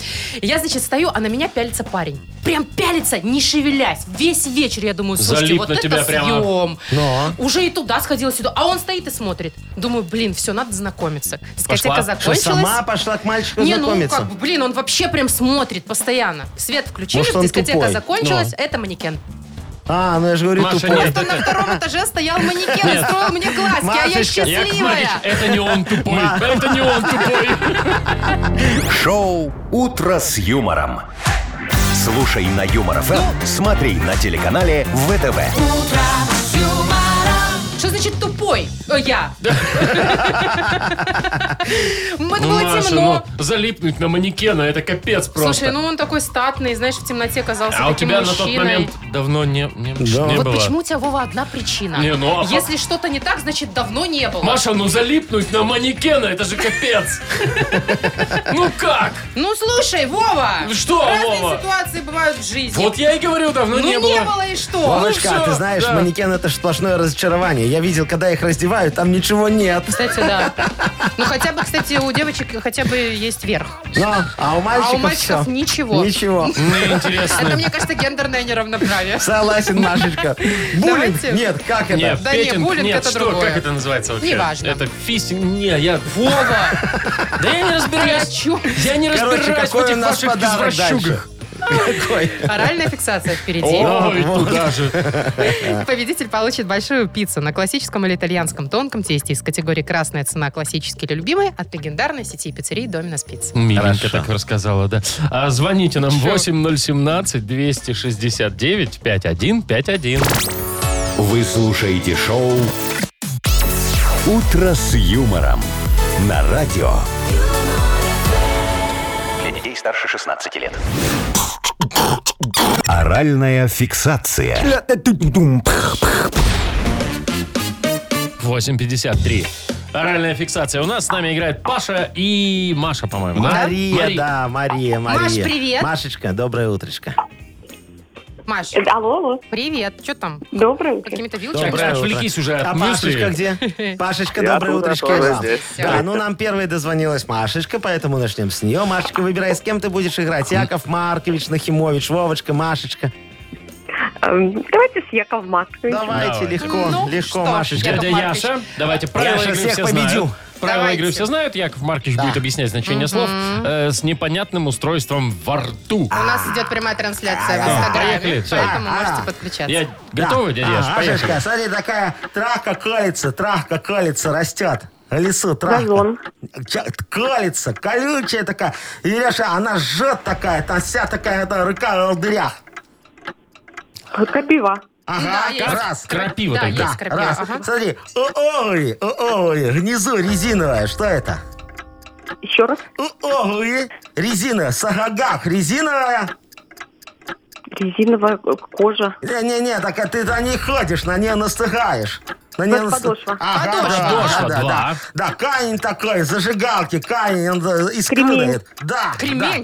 Speaker 4: И я, значит, стою, а на меня пялится парень. Прям пялится, не шевелясь. Весь вечер, я думаю, слушайте,
Speaker 2: Залип
Speaker 4: вот
Speaker 2: на
Speaker 4: это
Speaker 2: тебя прямо. Ну.
Speaker 4: съем.
Speaker 3: Но
Speaker 4: Уже и туда сходила, сюда. А он стоит и смотрит. Думаю, блин, все, надо знакомиться. Дискотека
Speaker 2: Пошла.
Speaker 3: что,
Speaker 4: закончилась.
Speaker 3: сама пошла к мальчику
Speaker 4: Не, ну
Speaker 3: знакомиться?
Speaker 4: как бы, блин, он вообще прям смотрит постоянно. Свет включили,
Speaker 3: Может, он
Speaker 4: дискотека
Speaker 3: тупой.
Speaker 4: закончилась,
Speaker 2: Ну.
Speaker 4: это манекен.
Speaker 3: А, ну я же говорю,
Speaker 2: Маша,
Speaker 3: тупой.
Speaker 2: нет.
Speaker 4: Просто на втором этаже стоял манекен и строил мне глазки, а я
Speaker 3: Машечка.
Speaker 2: Яков Маркович,
Speaker 4: счастливая.
Speaker 2: это не он тупой.
Speaker 3: Ма.
Speaker 2: Это не он тупой.
Speaker 1: Шоу «Утро с юмором». Слушай на Юмор ФМ, смотри на телеканале ВТВ.
Speaker 4: Что значит тупой? Э, Я. Вот
Speaker 2: Ну,
Speaker 4: было
Speaker 2: Маша,
Speaker 4: темно.
Speaker 2: ну, залипнуть на манекена, это капец просто.
Speaker 4: Слушай, ну он такой статный, знаешь, в темноте казался
Speaker 2: а у
Speaker 4: таким
Speaker 2: тебя на тот
Speaker 4: мужчиной.
Speaker 2: момент давно не, не,
Speaker 3: Да.
Speaker 2: не
Speaker 4: Вот
Speaker 2: было.
Speaker 4: почему у тебя, Вова, одна причина.
Speaker 2: Не, ну, а-
Speaker 4: Если что-то не так, значит, давно не было.
Speaker 2: Маша, ну залипнуть на манекена, это же капец. Ну как?
Speaker 4: Ну, слушай, Вова!
Speaker 2: Что,
Speaker 4: Разные
Speaker 2: Вова?
Speaker 4: ситуации бывают в жизни.
Speaker 2: Вот я и говорю, давно
Speaker 4: ну,
Speaker 2: не было.
Speaker 4: и что?
Speaker 3: Вовочка,
Speaker 2: Ну, всё,
Speaker 3: ты знаешь,
Speaker 2: да.
Speaker 3: манекен это ж сплошное разочарование. Я видел, когда их раздевают, там ничего нет.
Speaker 4: Кстати, да. Ну, хотя бы, кстати, у девочек хотя бы есть верх.
Speaker 3: Ну, а у мальчиков,
Speaker 4: а у мальчиков
Speaker 3: всё.
Speaker 4: ничего.
Speaker 3: Ничего.
Speaker 2: Мне
Speaker 4: Это,
Speaker 2: Ну, интересно.
Speaker 4: мне кажется, гендерное неравноправие.
Speaker 3: Согласен, Машечка. Буллинг?
Speaker 4: Давайте.
Speaker 3: Нет, как это?
Speaker 2: Нет,
Speaker 4: Да не,
Speaker 2: петинг,
Speaker 4: буллинг
Speaker 2: нет,
Speaker 4: это
Speaker 2: что,
Speaker 4: другое.
Speaker 2: как это называется вообще?
Speaker 4: Неважно.
Speaker 2: Это фистинг, не, я...
Speaker 4: Вова,
Speaker 2: Да я не
Speaker 4: ты о
Speaker 2: разбираюсь.
Speaker 4: чём?
Speaker 2: Я не
Speaker 3: Короче,
Speaker 2: разбираюсь в
Speaker 3: какой
Speaker 2: этих
Speaker 3: у нас
Speaker 2: ваших
Speaker 3: подарок
Speaker 2: извращугах.
Speaker 3: Какой?
Speaker 4: Оральная фиксация впереди.
Speaker 2: Ой, туда же.
Speaker 4: Победитель получит большую пиццу на классическом или итальянском тонком тесте из категории «Красная цена. Классический или любимый» от легендарной сети пиццерий «Доминос Пицца».
Speaker 2: Миленько так рассказала, да. А звоните нам
Speaker 4: Чё?
Speaker 2: 8017-269-5151.
Speaker 1: Вы слушаете шоу «Утро с юмором» на радио.
Speaker 6: Для детей старше 16 лет.
Speaker 1: Оральная фиксация.
Speaker 2: 853. Оральная фиксация. У нас с нами играет Паша и Маша, по-моему, да?
Speaker 3: Мария, да, Мария, Мария.
Speaker 4: Маш, привет.
Speaker 3: Машечка, доброе утречко.
Speaker 4: Маш,
Speaker 7: Э, Алло, алло.
Speaker 4: привет. Что там?
Speaker 7: Доброе утро.
Speaker 4: Какими-то вилочками?
Speaker 2: Доброе
Speaker 3: утро.
Speaker 2: Отвлекись уже
Speaker 3: А
Speaker 2: от
Speaker 3: Пашечка
Speaker 2: мысли.
Speaker 3: где? Пашечка,
Speaker 5: Я
Speaker 3: доброе
Speaker 5: тут, я
Speaker 3: утречко.
Speaker 5: тоже
Speaker 3: и вам.
Speaker 5: здесь.
Speaker 3: Да, ну нам первой дозвонилась Машечка, поэтому начнем с нее. Машечка, выбирай, с кем ты будешь играть. Яков Маркович, Нахимович, Вовочка, Машечка.
Speaker 7: Эм, Давайте с Яковом Марковичем.
Speaker 3: Давайте,
Speaker 2: Давайте.
Speaker 3: легко,
Speaker 4: Ну,
Speaker 3: легко,
Speaker 4: что ж,
Speaker 3: Машечка.
Speaker 4: Яков
Speaker 2: Дядя
Speaker 4: Маркович.
Speaker 2: Яша, давайте правила
Speaker 3: Яша,
Speaker 2: игры
Speaker 3: всех
Speaker 2: все
Speaker 3: победю.
Speaker 2: знают. Правила
Speaker 4: Давайте.
Speaker 2: игры все знают. Яков Маркович будет объяснять значение слов э, с непонятным устройством во рту.
Speaker 4: У нас идет прямая трансляция в
Speaker 2: да.
Speaker 4: Инстаграме,
Speaker 2: Поехали, всё.
Speaker 4: поэтому
Speaker 3: А,
Speaker 4: можете
Speaker 3: а.
Speaker 4: подключаться.
Speaker 2: Я готовы, дядя
Speaker 3: Да.
Speaker 2: Яша?
Speaker 3: А,
Speaker 2: Поехали.
Speaker 3: Машечка, смотри, такая травка колется, травка колется, растет. В лесу травка.
Speaker 7: Газон.
Speaker 3: Ча- Колется, колючая такая. И, Леша, она жжет такая, там вся такая эта рука в дырях.
Speaker 7: Крапива.
Speaker 3: Ага,
Speaker 4: Да, есть.
Speaker 3: раз.
Speaker 2: Крапива
Speaker 4: Да,
Speaker 2: тогда.
Speaker 4: есть крапива.
Speaker 3: раз.
Speaker 4: ага.
Speaker 3: Смотри, огури, огури, внизу резиновая, что это?
Speaker 7: Еще раз.
Speaker 3: Огури, резина, сагагах, резиновая.
Speaker 7: Резиновая э, кожа.
Speaker 3: Не-не-не, так а ты на ней ходишь, на нее настыгаешь. На
Speaker 7: Вот подошва.
Speaker 3: Ага,
Speaker 4: Подошва.
Speaker 3: да,
Speaker 2: Подошва,
Speaker 3: да, да,
Speaker 2: два.
Speaker 3: да. Да, камень такой, зажигалки, камень, он да, искры
Speaker 7: Кремень.
Speaker 3: дает. Да.
Speaker 4: Кремень,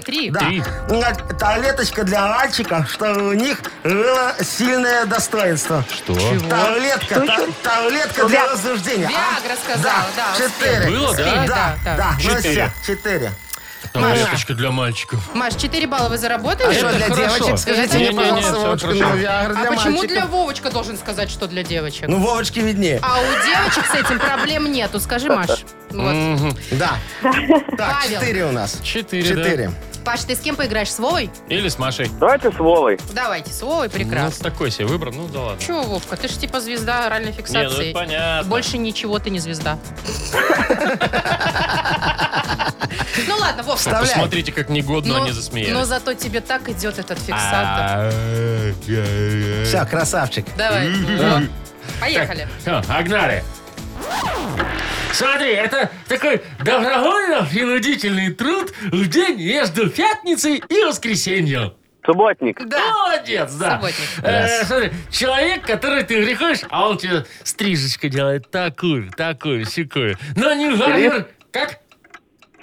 Speaker 3: да,
Speaker 4: три.
Speaker 3: Да.
Speaker 2: Три.
Speaker 3: М, Таблеточка для мальчиков, чтобы у них было сильное достоинство.
Speaker 2: Что?
Speaker 3: Таблетка, та- таблетка для возбуждения. а?
Speaker 4: Виагра сказала, да,
Speaker 3: Четыре.
Speaker 2: успела. Было, да?
Speaker 3: Да,
Speaker 4: Успели, да, да.
Speaker 3: да. ну
Speaker 2: Четыре.
Speaker 3: всё, Четыре.
Speaker 2: Таблеточка для мальчиков.
Speaker 4: Маш, 4 балла вы заработали?
Speaker 3: А что для
Speaker 2: хорошо.
Speaker 3: девочек?
Speaker 4: Это
Speaker 3: Скажите мне,
Speaker 2: не,
Speaker 4: не-
Speaker 3: пожалуйста,
Speaker 2: всё
Speaker 3: Вовочка,
Speaker 2: хорошо.
Speaker 3: ну, Виагра
Speaker 4: А
Speaker 3: для
Speaker 4: почему
Speaker 3: мальчиков.
Speaker 4: для Вовочка должен сказать, что для девочек?
Speaker 3: Ну, Вовочке виднее.
Speaker 4: А у девочек с этим проблем нету, скажи, Маш. Вот.
Speaker 3: Да. Так,
Speaker 4: Павел.
Speaker 3: четыре у нас.
Speaker 2: Четыре, да?
Speaker 3: Четыре.
Speaker 4: Паш, ты с кем поиграешь? С Вовой?
Speaker 2: Или с Машей.
Speaker 5: Давайте с Вовой.
Speaker 4: Давайте, с Вовой прекрасно.
Speaker 2: Ну, такой себе выбор, ну да ладно.
Speaker 4: Чего, Вовка, ты же типа звезда оральной
Speaker 2: Не, ну это
Speaker 4: фиксации.
Speaker 2: понятно.
Speaker 4: Больше ничего ты не звезда. Ну ладно, Вовка.
Speaker 3: Вставляй.
Speaker 2: Посмотрите, как негодно
Speaker 4: Но-
Speaker 2: они засмеялись. А.
Speaker 4: Но зато тебе так идет этот фиксатор.
Speaker 2: э, Все,
Speaker 3: Все, красавчик.
Speaker 4: Давай. Вот. Поехали.
Speaker 2: Погнали. Смотри, это такой добровольно-принудительный труд в день между пятницей и воскресеньем.
Speaker 5: Субботник.
Speaker 4: Да.
Speaker 2: Молодец, да.
Speaker 4: Субботник.
Speaker 2: Э, смотри, человек, который ты приходишь, а он тебе стрижечку делает такую, такую, сякую. Но не варвар. Как?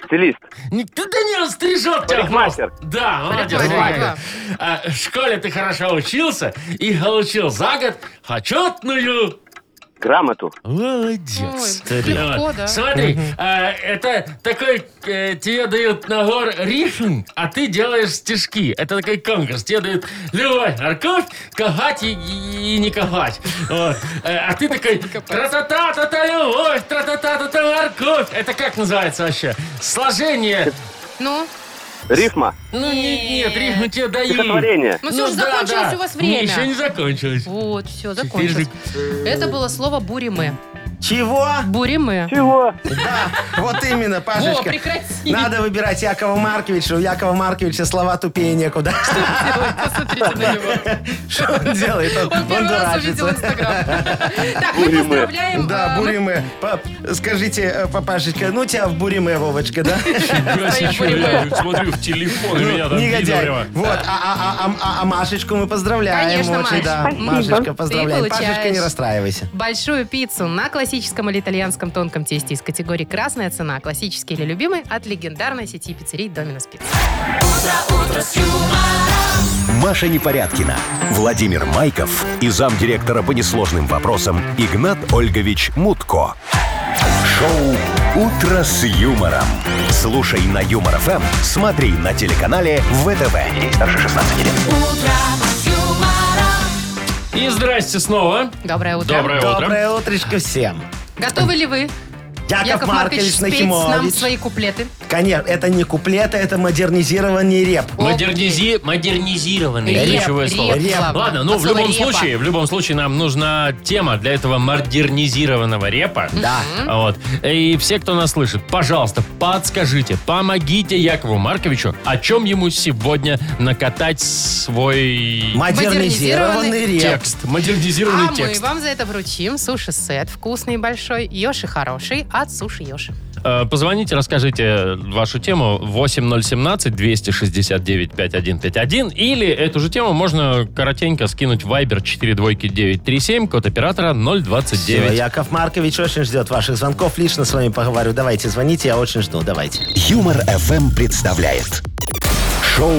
Speaker 5: Стилист.
Speaker 2: Никто да не он стрижет тебя.
Speaker 5: Парикмахер.
Speaker 2: Да, молодец.
Speaker 4: Парикмахер.
Speaker 2: Варя. А, в школе ты хорошо учился и получил за год почетную
Speaker 5: Грамоту.
Speaker 2: Молодец.
Speaker 4: Ой, легко,
Speaker 2: Вот.
Speaker 4: да.
Speaker 2: Смотри, а, это такой, э, тебе дают набор рифм, а ты делаешь стишки. Это такой конкурс. Тебе дают любой морковь, кагать и, и- и не кагать. Вот. Э, А ты такой, тра-та-та-та-та любовь, тра-та-та-та-та морковь. Это как называется вообще? Сложение.
Speaker 4: Ну,
Speaker 5: Рифма.
Speaker 2: Ну, не- нет, рифмы тебе дают.
Speaker 5: Стихотворение.
Speaker 4: ну все же
Speaker 2: да,
Speaker 4: закончилось
Speaker 2: да.
Speaker 4: у вас
Speaker 2: Не, еще не
Speaker 4: время.
Speaker 2: закончилось.
Speaker 4: Вот, все,
Speaker 2: Теперь
Speaker 4: закончилось. Это было слово буриме.
Speaker 3: Чего?
Speaker 4: Буриме.
Speaker 5: Чего?
Speaker 3: Да, вот именно,
Speaker 4: Во,
Speaker 3: Пашечка.
Speaker 4: прекрати.
Speaker 3: Надо выбирать Якова Марковича. У Якова Марковича слова тупее некуда.
Speaker 4: делать, посмотрите на него.
Speaker 3: Что он делает?
Speaker 4: Он первый раз увидел
Speaker 3: дурачится.
Speaker 4: Инстаграм. Так, мы
Speaker 5: Буриме.
Speaker 4: поздравляем.
Speaker 3: Да,
Speaker 4: э, мы
Speaker 3: буриме. Пап, Скажите, э, папашечка, ну тебя в буриме, Вовочка, да?
Speaker 2: Фига себе,
Speaker 4: понимаю.
Speaker 2: я смотрю в телефон, и меня там
Speaker 3: Негодяй.
Speaker 2: видно прямо.
Speaker 3: Вот, а- а а- а- а Машечку мы поздравляем.
Speaker 4: Конечно,
Speaker 3: очень,
Speaker 4: Маш.
Speaker 3: да.
Speaker 7: Спасибо.
Speaker 3: Машечка,
Speaker 7: Ты
Speaker 3: поздравляем.
Speaker 4: получаешь.
Speaker 3: Пашечка, не расстраивайся.
Speaker 4: Большую пиццу на классическом или итальянском тонком тесте из категории «Красная цена», классический или любимый, от легендарной сети пиццерий «Доминос Пицца».
Speaker 1: Маша Непорядкина, Владимир Майков и замдиректора по несложным вопросам Игнат Ольгович Мутко. Шоу «Утро с юмором». Слушай на Юмор ФМ, смотри на телеканале ВТВ. Здесь старше 16 лет.
Speaker 2: И здрасте снова.
Speaker 4: Доброе утро.
Speaker 2: Доброе утро.
Speaker 3: Доброе утречко всем.
Speaker 4: Готовы ли вы,
Speaker 3: Яков,
Speaker 4: Яков Маркович,
Speaker 3: Маркович
Speaker 4: спеть нам
Speaker 3: Нахимович.
Speaker 4: свои куплеты?
Speaker 3: Конечно, это не куплеты, это модернизирование реп.
Speaker 2: Модернизи... Модернизированный
Speaker 4: Реп,
Speaker 2: ключевое
Speaker 4: реп,
Speaker 2: слово.
Speaker 4: реп.
Speaker 2: Ладно, ну
Speaker 4: От
Speaker 2: в
Speaker 4: слова
Speaker 2: любом
Speaker 4: репа.
Speaker 2: случае, в любом случае нам нужна тема для этого модернизированного репа.
Speaker 3: Да.
Speaker 2: Вот. И все, кто нас слышит, пожалуйста, подскажите, помогите Якову Марковичу, о чем ему сегодня накатать свой
Speaker 3: Модернизированный реп.
Speaker 2: текст, модернизированный
Speaker 4: А мы
Speaker 2: текст.
Speaker 4: вам за это вручим суши-сет вкусный и большой, Йоши хороший от Суши Йоши.
Speaker 2: Э, Позвоните, расскажите вашу тему 8017-269-5151 или эту же тему можно коротенько скинуть в Viber 42937, код оператора 029.
Speaker 3: Всё, Яков Маркович очень ждет ваших звонков. Лично с вами поговорю. Давайте, звоните, я очень жду. Давайте.
Speaker 1: эм Юмор ФМ представляет шоу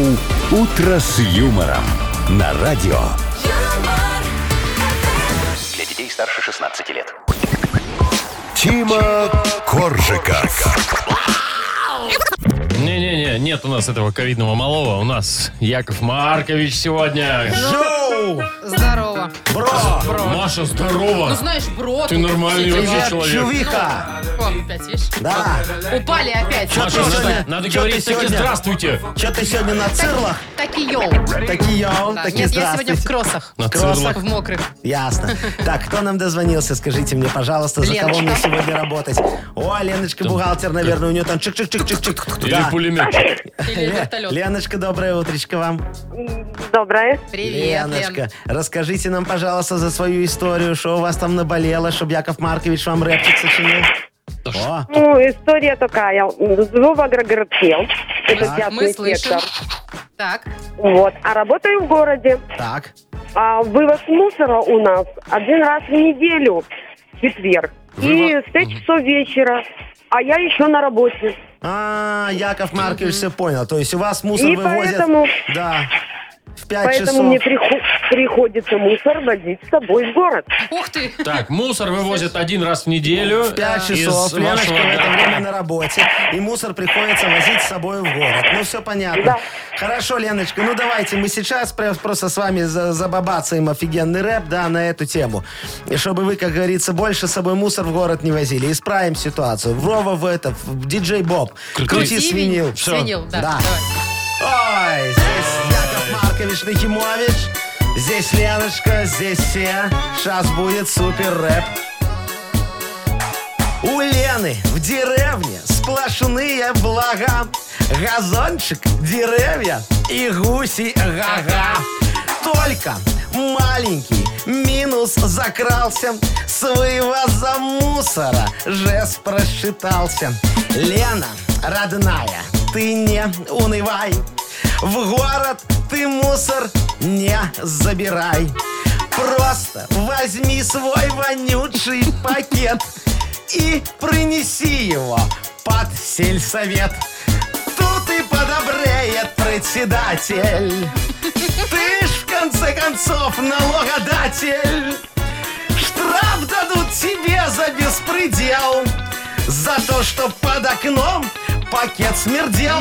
Speaker 1: Утро с юмором на радио.
Speaker 9: юмор,
Speaker 6: Для детей старше 16 лет.
Speaker 1: Тима Коржика.
Speaker 2: Не-не-не, нет у нас этого ковидного малого. У нас Яков Маркович сегодня.
Speaker 4: Ну,
Speaker 3: Йоу!
Speaker 4: Здорово.
Speaker 2: Маша,
Speaker 4: Ну,
Speaker 2: здорово.
Speaker 4: знаешь, бро.
Speaker 2: Ты
Speaker 4: тут
Speaker 2: нормальный
Speaker 4: сидит.
Speaker 2: вообще человек.
Speaker 3: Э, Чувиха!
Speaker 4: О, опять, видишь?
Speaker 3: Да!
Speaker 4: Упали опять.
Speaker 2: Маша,
Speaker 3: ты
Speaker 2: надо,
Speaker 3: сегодня-
Speaker 2: надо
Speaker 3: чё
Speaker 2: говорить
Speaker 3: ты
Speaker 2: таки
Speaker 3: сегодня?
Speaker 2: «здравствуйте».
Speaker 3: Че ты сегодня на цирлах?
Speaker 4: Так и йоу.
Speaker 3: Такие йоу,
Speaker 4: Да,
Speaker 3: такие
Speaker 4: Нет, я сегодня в
Speaker 3: здравствуйте.
Speaker 4: кроссах.
Speaker 2: На
Speaker 4: В
Speaker 2: цирлах.
Speaker 4: кроссах, в мокрых.
Speaker 3: Ясно. Так, кто нам дозвонился, скажите мне, пожалуйста, за кого
Speaker 4: Леночка.
Speaker 3: мне сегодня работать? О, Леночка бухгалтер, наверное, у нее там чик-чик-чик-чик-чик.
Speaker 2: Или
Speaker 3: Да.
Speaker 2: пулемет.
Speaker 4: Или
Speaker 3: Ле-
Speaker 4: вертолет.
Speaker 3: Леночка, доброе утречко вам.
Speaker 7: Доброе.
Speaker 4: Привет,
Speaker 3: Леночка,
Speaker 4: Лен.
Speaker 3: расскажите нам, пожалуйста, за свою историю, что у вас там наболело, чтобы Яков Маркович вам рэпчик сочинил. О,
Speaker 7: Ну, история такая. Зубогрогорпел. Это
Speaker 4: Так, мы
Speaker 7: частный
Speaker 4: слышим.
Speaker 7: сектор.
Speaker 4: Так,
Speaker 7: Вот. А работаю в городе.
Speaker 3: так.
Speaker 7: А вывоз мусора у нас один раз в неделю, в четверг.
Speaker 2: Выво-
Speaker 7: И с 5 часов вечера. А я еще на работе.
Speaker 3: А, Яков Маркович все понял. То есть у вас мусор
Speaker 7: И
Speaker 3: вывозят...
Speaker 7: поэтому-
Speaker 3: Да. В 5
Speaker 7: Поэтому
Speaker 3: часов.
Speaker 7: мне прихо- приходится мусор возить с собой в город.
Speaker 4: ух ты.
Speaker 2: Так, мусор вывозят один раз в неделю.
Speaker 3: В 5
Speaker 2: Э, из
Speaker 3: часов Леночка
Speaker 2: вашего
Speaker 3: в это
Speaker 2: дома.
Speaker 3: время на работе, и мусор приходится возить с собой в город. Ну, все понятно.
Speaker 7: Да.
Speaker 3: Хорошо, Леночка, ну давайте мы сейчас прям просто с вами за- забабацаем офигенный рэп, да, на эту тему. И чтобы вы, как говорится, больше с собой мусор в город не возили. Исправим ситуацию. Врова в это, в диджей Боб.
Speaker 2: Крути.
Speaker 3: Крути, свинил.
Speaker 2: Всё.
Speaker 4: Свинил, да.
Speaker 3: Да.
Speaker 4: давай.
Speaker 3: Ой, здесь Яков Маркович Нахимович, здесь Леночка, здесь все. Сейчас будет супер рэп. У Лены в деревне сплошные блага. Газончик, деревья и гуси гага. Только маленький минус закрался. С вывоза мусора жест просчитался. Лена, родная, ты не унывай. В город ты мусор не забирай. Просто возьми свой вонючий пакет и принеси его под сельсовет. Тут и подобреет председатель. Ты ж в конце концов налогодатель. Штраф дадут тебе за беспредел. За то, что под окном пакет смердел.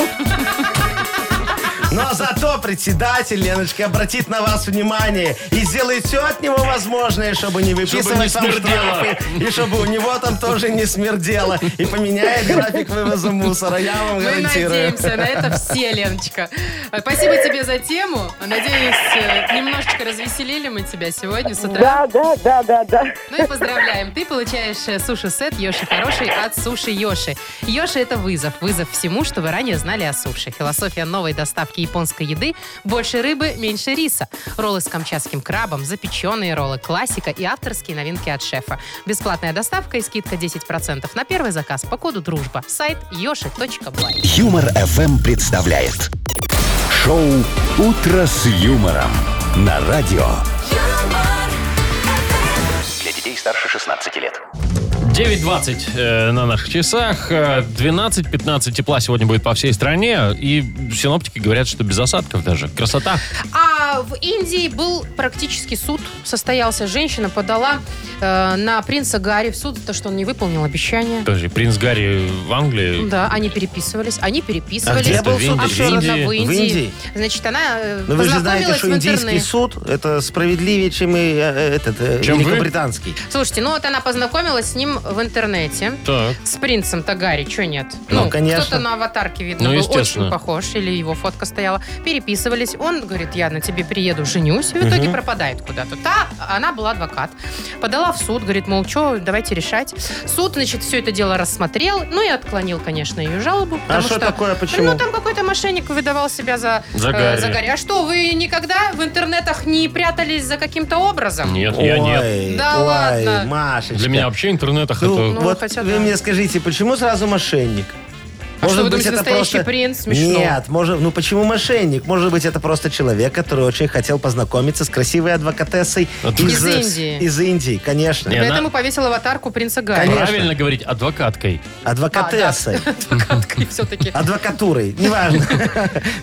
Speaker 3: Но зато председатель, Леночка, обратит на вас внимание и сделает все от него возможное, чтобы не выписывать
Speaker 2: Чтобы не
Speaker 3: вам
Speaker 2: смердело.
Speaker 3: штрафы, и чтобы у него там тоже не смердело, и поменяет график вывоза мусора, я вам
Speaker 4: Мы
Speaker 3: гарантирую.
Speaker 4: надеемся на это все, Леночка. Э, Спасибо тебе за тему. Надеюсь, э, немножечко развеселили мы тебя сегодня с утра.
Speaker 7: Да, да, да, да, да.
Speaker 4: Ну и поздравляем. Ты получаешь э, суши-сет Йоши Хороший от Суши Йоши. Йоши – это вызов. Вызов всему, что вы ранее знали о суши. Философия новой доставки японской еды – больше рыбы, меньше риса. Роллы с камчатским крабом, запеченные роллы, классика и авторские новинки от шефа. Бесплатная доставка и скидка 10% на первый заказ по коду «Дружба». Сайт yoshi.by.
Speaker 1: Юмор FM представляет шоу Утро с юмором на радио.
Speaker 9: юмор,
Speaker 6: Для детей старше 16 лет.
Speaker 2: 9.20 э, на наших часах. Э, 12-15 тепла сегодня будет по всей стране. И синоптики говорят, что без осадков даже. Красота.
Speaker 4: А в Индии был практически суд. Состоялся женщина, подала э, на принца Гарри в суд за то, что он не выполнил обещания.
Speaker 2: Подожди, принц Гарри в Англии.
Speaker 4: Да, они переписывались. Они переписывались.
Speaker 3: где был
Speaker 4: А
Speaker 3: суд? В Индии?
Speaker 4: что,
Speaker 2: В
Speaker 4: она В
Speaker 2: Индии?
Speaker 4: Индии.
Speaker 3: В Индии?
Speaker 4: Значит, она э,
Speaker 3: Ну вы же знаете,
Speaker 4: познакомилась
Speaker 3: что
Speaker 4: в
Speaker 3: индийский
Speaker 4: интернете.
Speaker 3: суд это справедливее, чем и э, э, этот э,
Speaker 2: Чем вы?
Speaker 3: великобританский.
Speaker 4: Слушайте, ну вот она познакомилась с ним в интернете.
Speaker 2: Так.
Speaker 4: С принцем Тагари, что нет?
Speaker 3: Ну, конечно.
Speaker 4: Кто-то на аватарке, видно,
Speaker 2: Ну,
Speaker 4: был
Speaker 2: естественно.
Speaker 4: очень похож, или его фотка стояла. Переписывались. Он говорит, я на тебе приеду, женюсь, и в итоге пропадает куда-то. Та, она была адвокат. Подала в суд, говорит, мол, что, давайте решать. Суд, значит, все это дело рассмотрел, ну и отклонил, конечно, ее жалобу.
Speaker 3: А
Speaker 4: потому
Speaker 3: что такое, почему?
Speaker 4: Ну, там какой-то мошенник выдавал себя за,
Speaker 2: За
Speaker 4: э,
Speaker 2: Гарри.
Speaker 4: за А что, вы никогда в интернетах не прятались за каким-то образом?
Speaker 2: Нет,
Speaker 3: ой,
Speaker 2: я нет.
Speaker 4: Да
Speaker 3: ой,
Speaker 4: ладно.
Speaker 3: Машечка.
Speaker 2: Для меня вообще интернетах
Speaker 3: Ну,
Speaker 2: это...
Speaker 4: Ну,
Speaker 3: вот
Speaker 4: хотя
Speaker 3: вы
Speaker 4: да.
Speaker 3: мне скажите, почему сразу мошенник?
Speaker 4: А что, вы думаете, настоящий принц? Смешно.
Speaker 3: Нет, может, ну почему мошенник? Может быть, это просто человек, который очень хотел познакознакомиться с красивой адвокатессой
Speaker 2: От-
Speaker 4: Из Индии. А,
Speaker 3: Из Индии, конечно.
Speaker 2: Не,
Speaker 4: Поэтому
Speaker 2: она-
Speaker 4: повесил аватарку принца Гарри.
Speaker 3: Конечно.
Speaker 2: Правильно говорить адвокаткой.
Speaker 3: Адвокатессой.
Speaker 4: Адвокаткой все-таки.
Speaker 3: Адвокатурой, неважно.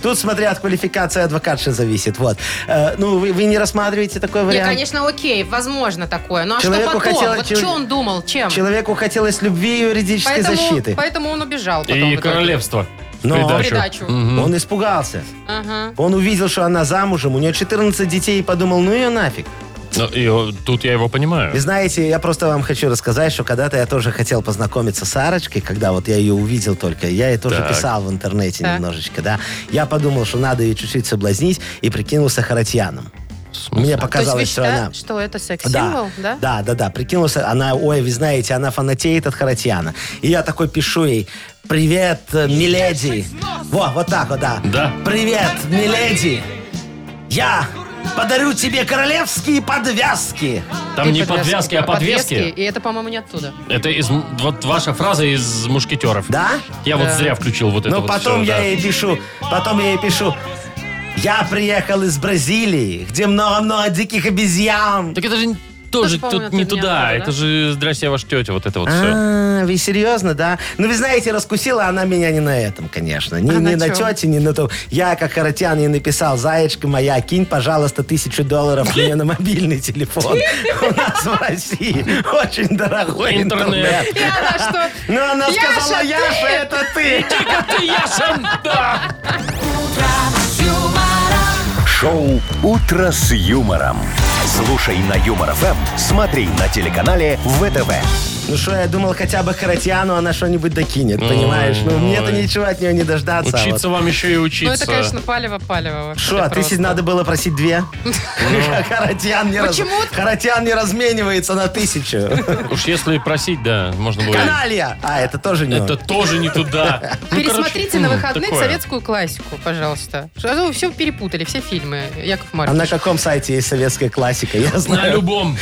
Speaker 3: Тут, смотря от квалификации адвокатши зависит. Вот. Э, Ну, вы вы не рассматриваете такой
Speaker 4: Не,
Speaker 3: вариант?
Speaker 4: конечно, окей, возможно такое. Ну а
Speaker 3: Человеку
Speaker 4: что потом?
Speaker 3: хотела-
Speaker 4: вот
Speaker 3: чел-
Speaker 4: что он думал? Чем?
Speaker 3: Человеку хотелось любви и юридической
Speaker 4: поэтому,
Speaker 3: защиты.
Speaker 4: поэтому он убежал потом. в
Speaker 2: И
Speaker 4: итоге.
Speaker 2: королевство.
Speaker 3: Но-
Speaker 2: Придачу.
Speaker 4: Придачу.
Speaker 3: Он испугался.
Speaker 4: Ага.
Speaker 3: Он увидел, что она замужем, у нее 14 детей, и подумал, ну ее нафиг.
Speaker 2: Ну, и э, тут я его понимаю.
Speaker 3: Вы знаете, я просто вам хочу рассказать, что когда-то я тоже хотел познакомиться с Арочкой, когда вот я ее увидел только, я ей тоже
Speaker 2: Так.
Speaker 3: писал в интернете
Speaker 4: Так.
Speaker 3: немножечко, да. Я подумал, что надо ее чуть-чуть соблазнить, и прикинулся Харатьяном. Мне
Speaker 4: То есть вы
Speaker 3: показалось, что она...
Speaker 4: считаете, что это
Speaker 3: Да,
Speaker 4: секс-символ, да?
Speaker 3: да, да, да. Прикинулся, она, ой, вы знаете, она фанатеет от Харатьяна. И я такой пишу ей, привет, э, миледи. Во, вот так вот, да.
Speaker 2: Да.
Speaker 3: Привет, миледи. Я подарю тебе королевские подвязки.
Speaker 2: Там
Speaker 4: И
Speaker 2: не подвязки, а подвески.
Speaker 4: И это, по-моему, не оттуда.
Speaker 2: Это из м- вот ваша фраза из мушкетеров.
Speaker 3: Да?
Speaker 2: Я вот зря включил вот это
Speaker 3: Но
Speaker 2: вот
Speaker 3: потом
Speaker 2: всё,
Speaker 3: я
Speaker 2: да.
Speaker 3: ей пишу, потом я ей пишу. Я приехал из Бразилии, где много-много диких обезьян.
Speaker 2: Так это же н- тоже
Speaker 4: Тоже,
Speaker 2: тут не
Speaker 4: по-моему, это не
Speaker 2: туда.
Speaker 4: оттуда,
Speaker 2: Это
Speaker 4: да?
Speaker 2: же «Здрасте, ваша тетя», вот это вот все.
Speaker 3: А, вы серьезно, да? Ну, вы знаете, раскусила она меня не на этом, конечно. Не,
Speaker 4: А
Speaker 3: не
Speaker 4: на
Speaker 3: на,
Speaker 4: чём?
Speaker 3: тете, не на том. Я, как Харатьян, ей написал, «Заячка моя, кинь, пожалуйста, тысячу долларов мне на мобильный телефон». У нас в России очень дорогой
Speaker 2: Интернет.
Speaker 3: интернет.
Speaker 4: И она что?
Speaker 3: Ну, она
Speaker 4: Яша,
Speaker 3: сказала,
Speaker 4: ты-
Speaker 3: Яша, это ты.
Speaker 2: Ты, Яша, да!
Speaker 1: Шоу «Утро с юмором». Слушай на Юмор ФМ, смотри на телеканале ВТВ.
Speaker 3: Ну что, я думал, хотя бы Харатьяну она что-нибудь докинет, понимаешь? Ну, мне-то
Speaker 2: ой.
Speaker 3: ничего от нее не дождаться. а
Speaker 2: Учиться вам еще и
Speaker 4: Ну,
Speaker 2: учиться.
Speaker 4: это, конечно, палево-палево вообще
Speaker 3: Что, а
Speaker 4: просто.
Speaker 3: тысяч надо было просить две?
Speaker 2: Ну.
Speaker 3: Харатьян не, раз-
Speaker 4: Почему?
Speaker 3: Харатьян не разменивается на тысячу.
Speaker 2: Уж если просить, да, можно было.
Speaker 3: Каналья! А, это тоже не
Speaker 2: Это
Speaker 3: он.
Speaker 2: тоже не туда. Ну, короче,
Speaker 4: Пересмотрите на
Speaker 2: м,
Speaker 4: выходных
Speaker 2: такое.
Speaker 4: советскую классику, пожалуйста. Что, все перепутали, все фильмы. Яков
Speaker 3: А на
Speaker 4: Маркович.
Speaker 3: каком сайте есть советская классика? Я
Speaker 2: На
Speaker 3: знаю.
Speaker 2: любом.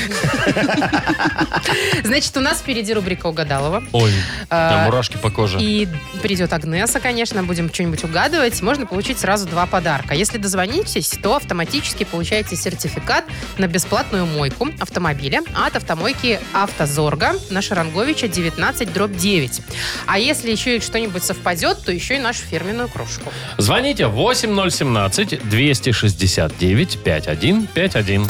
Speaker 4: Значит, у нас впереди рубрика «Угадалова».
Speaker 2: Ой,
Speaker 4: А,
Speaker 2: там мурашки по коже.
Speaker 4: И придет Агнеса, конечно, будем что-нибудь угадывать. Можно получить сразу два подарка. Если дозвонитесь, то автоматически получаете сертификат на бесплатную мойку автомобиля от автомойки «Автозорга» на Шаранговича 19 дробь 9. А если еще и что-нибудь совпадет, то еще и нашу фирменную кружку.
Speaker 2: Звоните 8017-269-5151.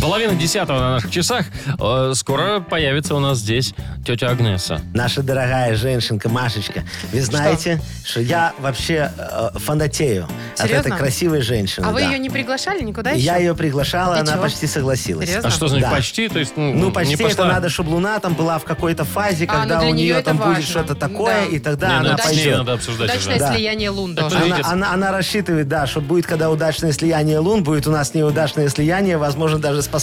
Speaker 2: Половина десятого на наших часах. Э, Скоро появится у нас здесь тетя Агнеса.
Speaker 3: Наша дорогая женщинка Машечка, вы знаете, что я вообще э, фанатею от
Speaker 4: Серьезно?
Speaker 3: этой красивой женщины.
Speaker 4: А вы
Speaker 3: Ну да.
Speaker 4: ее не приглашали никуда еще?
Speaker 3: Я ее приглашала,
Speaker 4: И
Speaker 3: она
Speaker 4: чего?
Speaker 3: почти согласилась.
Speaker 4: Серьезно?
Speaker 2: А что значит
Speaker 3: Да.
Speaker 2: почти? То есть, ну,
Speaker 3: Ну,
Speaker 2: не
Speaker 3: почти
Speaker 2: пошла.
Speaker 3: это надо, чтобы Луна там была в какой-то фазе,
Speaker 4: А, ну,
Speaker 3: когда
Speaker 4: для
Speaker 3: у
Speaker 4: нее
Speaker 3: нее
Speaker 4: это
Speaker 3: там
Speaker 4: важно.
Speaker 3: будет что-то такое,
Speaker 4: Да.
Speaker 3: и тогда
Speaker 2: Не,
Speaker 3: она
Speaker 2: надо, с ней
Speaker 3: пойдет.
Speaker 2: надо обсуждать
Speaker 4: Удачное
Speaker 2: уже.
Speaker 3: Да.
Speaker 4: слияние лун должно
Speaker 2: подожди.
Speaker 4: быть.
Speaker 3: Она,
Speaker 2: Видит.
Speaker 3: она- она рассчитывает, да, что будет, когда удачное слияние лун, будет у нас неудачное слияние, возможно, даже с последствиями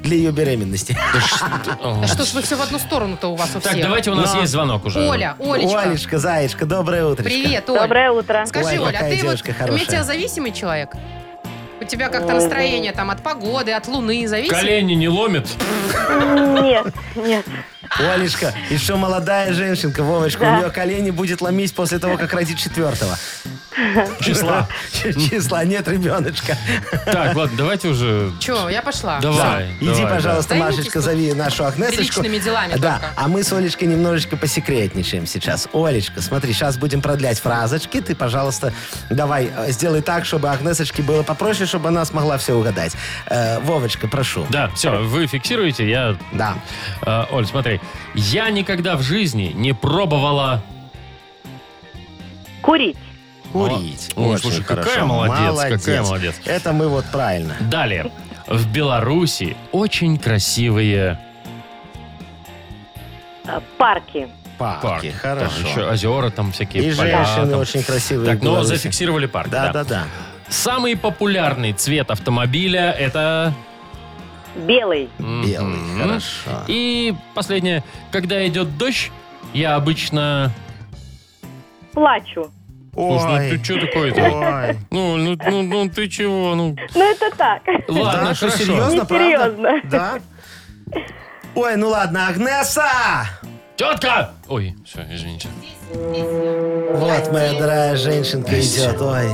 Speaker 3: для ее беременности.
Speaker 4: Да А что ж вы все в одну сторону-то у вас у
Speaker 2: Так,
Speaker 4: всех?
Speaker 2: давайте у нас
Speaker 3: Но-
Speaker 2: есть звонок уже.
Speaker 4: Оля, Олечка.
Speaker 3: Олечка, Заечка, доброе утро.
Speaker 4: Привет, Оль.
Speaker 7: Доброе утро.
Speaker 4: Скажи,
Speaker 3: Ой,
Speaker 4: Оля, а
Speaker 3: какая
Speaker 4: ты вот
Speaker 3: девушка хорошая.
Speaker 4: метеозависимый человек? У тебя как-то настроение там от погоды, от луны зависит?
Speaker 2: Колени не ломит?
Speaker 7: Нет, нет.
Speaker 3: Олечка, еще молодая женщинка, Вовочка,
Speaker 7: Да.
Speaker 3: у нее колени будет ломить после того, как родит четвертого.
Speaker 2: Числа.
Speaker 3: Числа нет, ребеночка.
Speaker 2: Так, ладно, давайте уже...
Speaker 4: Че, я пошла.
Speaker 2: Давай.
Speaker 3: Иди,
Speaker 2: давай,
Speaker 3: пожалуйста,
Speaker 4: да.
Speaker 3: Машечка, зови нашу Агнесочку.
Speaker 4: Приличными делами
Speaker 3: Да,
Speaker 4: только.
Speaker 3: а мы с Олечкой немножечко посекретничаем сейчас. Олечка, смотри, сейчас будем продлять фразочки. Ты, пожалуйста, давай э, сделай так, чтобы Агнесочке было попроще, чтобы она смогла все угадать. Э, Вовочка, прошу.
Speaker 2: Да, все, вы фиксируете, я...
Speaker 3: Да.
Speaker 2: Э, Оль, смотри. Я никогда в жизни не пробовала...
Speaker 7: Курить.
Speaker 3: Курить.
Speaker 2: Ой,
Speaker 3: Очень
Speaker 2: слушай,
Speaker 3: хорошо.
Speaker 2: какая молодец, какая молодец.
Speaker 3: Это мы вот правильно.
Speaker 2: Далее. В Беларуси очень красивые
Speaker 7: Э, Парки.
Speaker 3: Парки,
Speaker 2: парки.
Speaker 3: хорошо.
Speaker 2: Там еще озера, там всякие
Speaker 3: И
Speaker 2: поля,
Speaker 3: женщины
Speaker 2: там.
Speaker 3: очень красивые.
Speaker 2: Так, ну,
Speaker 3: в
Speaker 2: но
Speaker 3: Беларуси.
Speaker 2: зафиксировали парк, да.
Speaker 3: Да, да, да.
Speaker 2: Самый популярный цвет автомобиля это...
Speaker 7: Белый.
Speaker 2: м,
Speaker 3: Белый,
Speaker 2: м.
Speaker 3: хорошо.
Speaker 2: И последнее. Когда идет дождь, я обычно...
Speaker 7: Плачу.
Speaker 2: Слушай, ну
Speaker 10: Ой.
Speaker 2: ты что такое-то?
Speaker 10: Ой.
Speaker 2: Ну, ну, ну, ну, ты чего? Ну,
Speaker 7: Ну, это так.
Speaker 2: ладно,
Speaker 3: Да, что,
Speaker 2: хорошо.
Speaker 3: серьезно, правда?
Speaker 7: Несерьезно.
Speaker 3: Да? Ой, ну ладно, Агнеса!
Speaker 2: Тетка! Ой, все, извините.
Speaker 3: Вот моя дорогая женщинка идет, ой.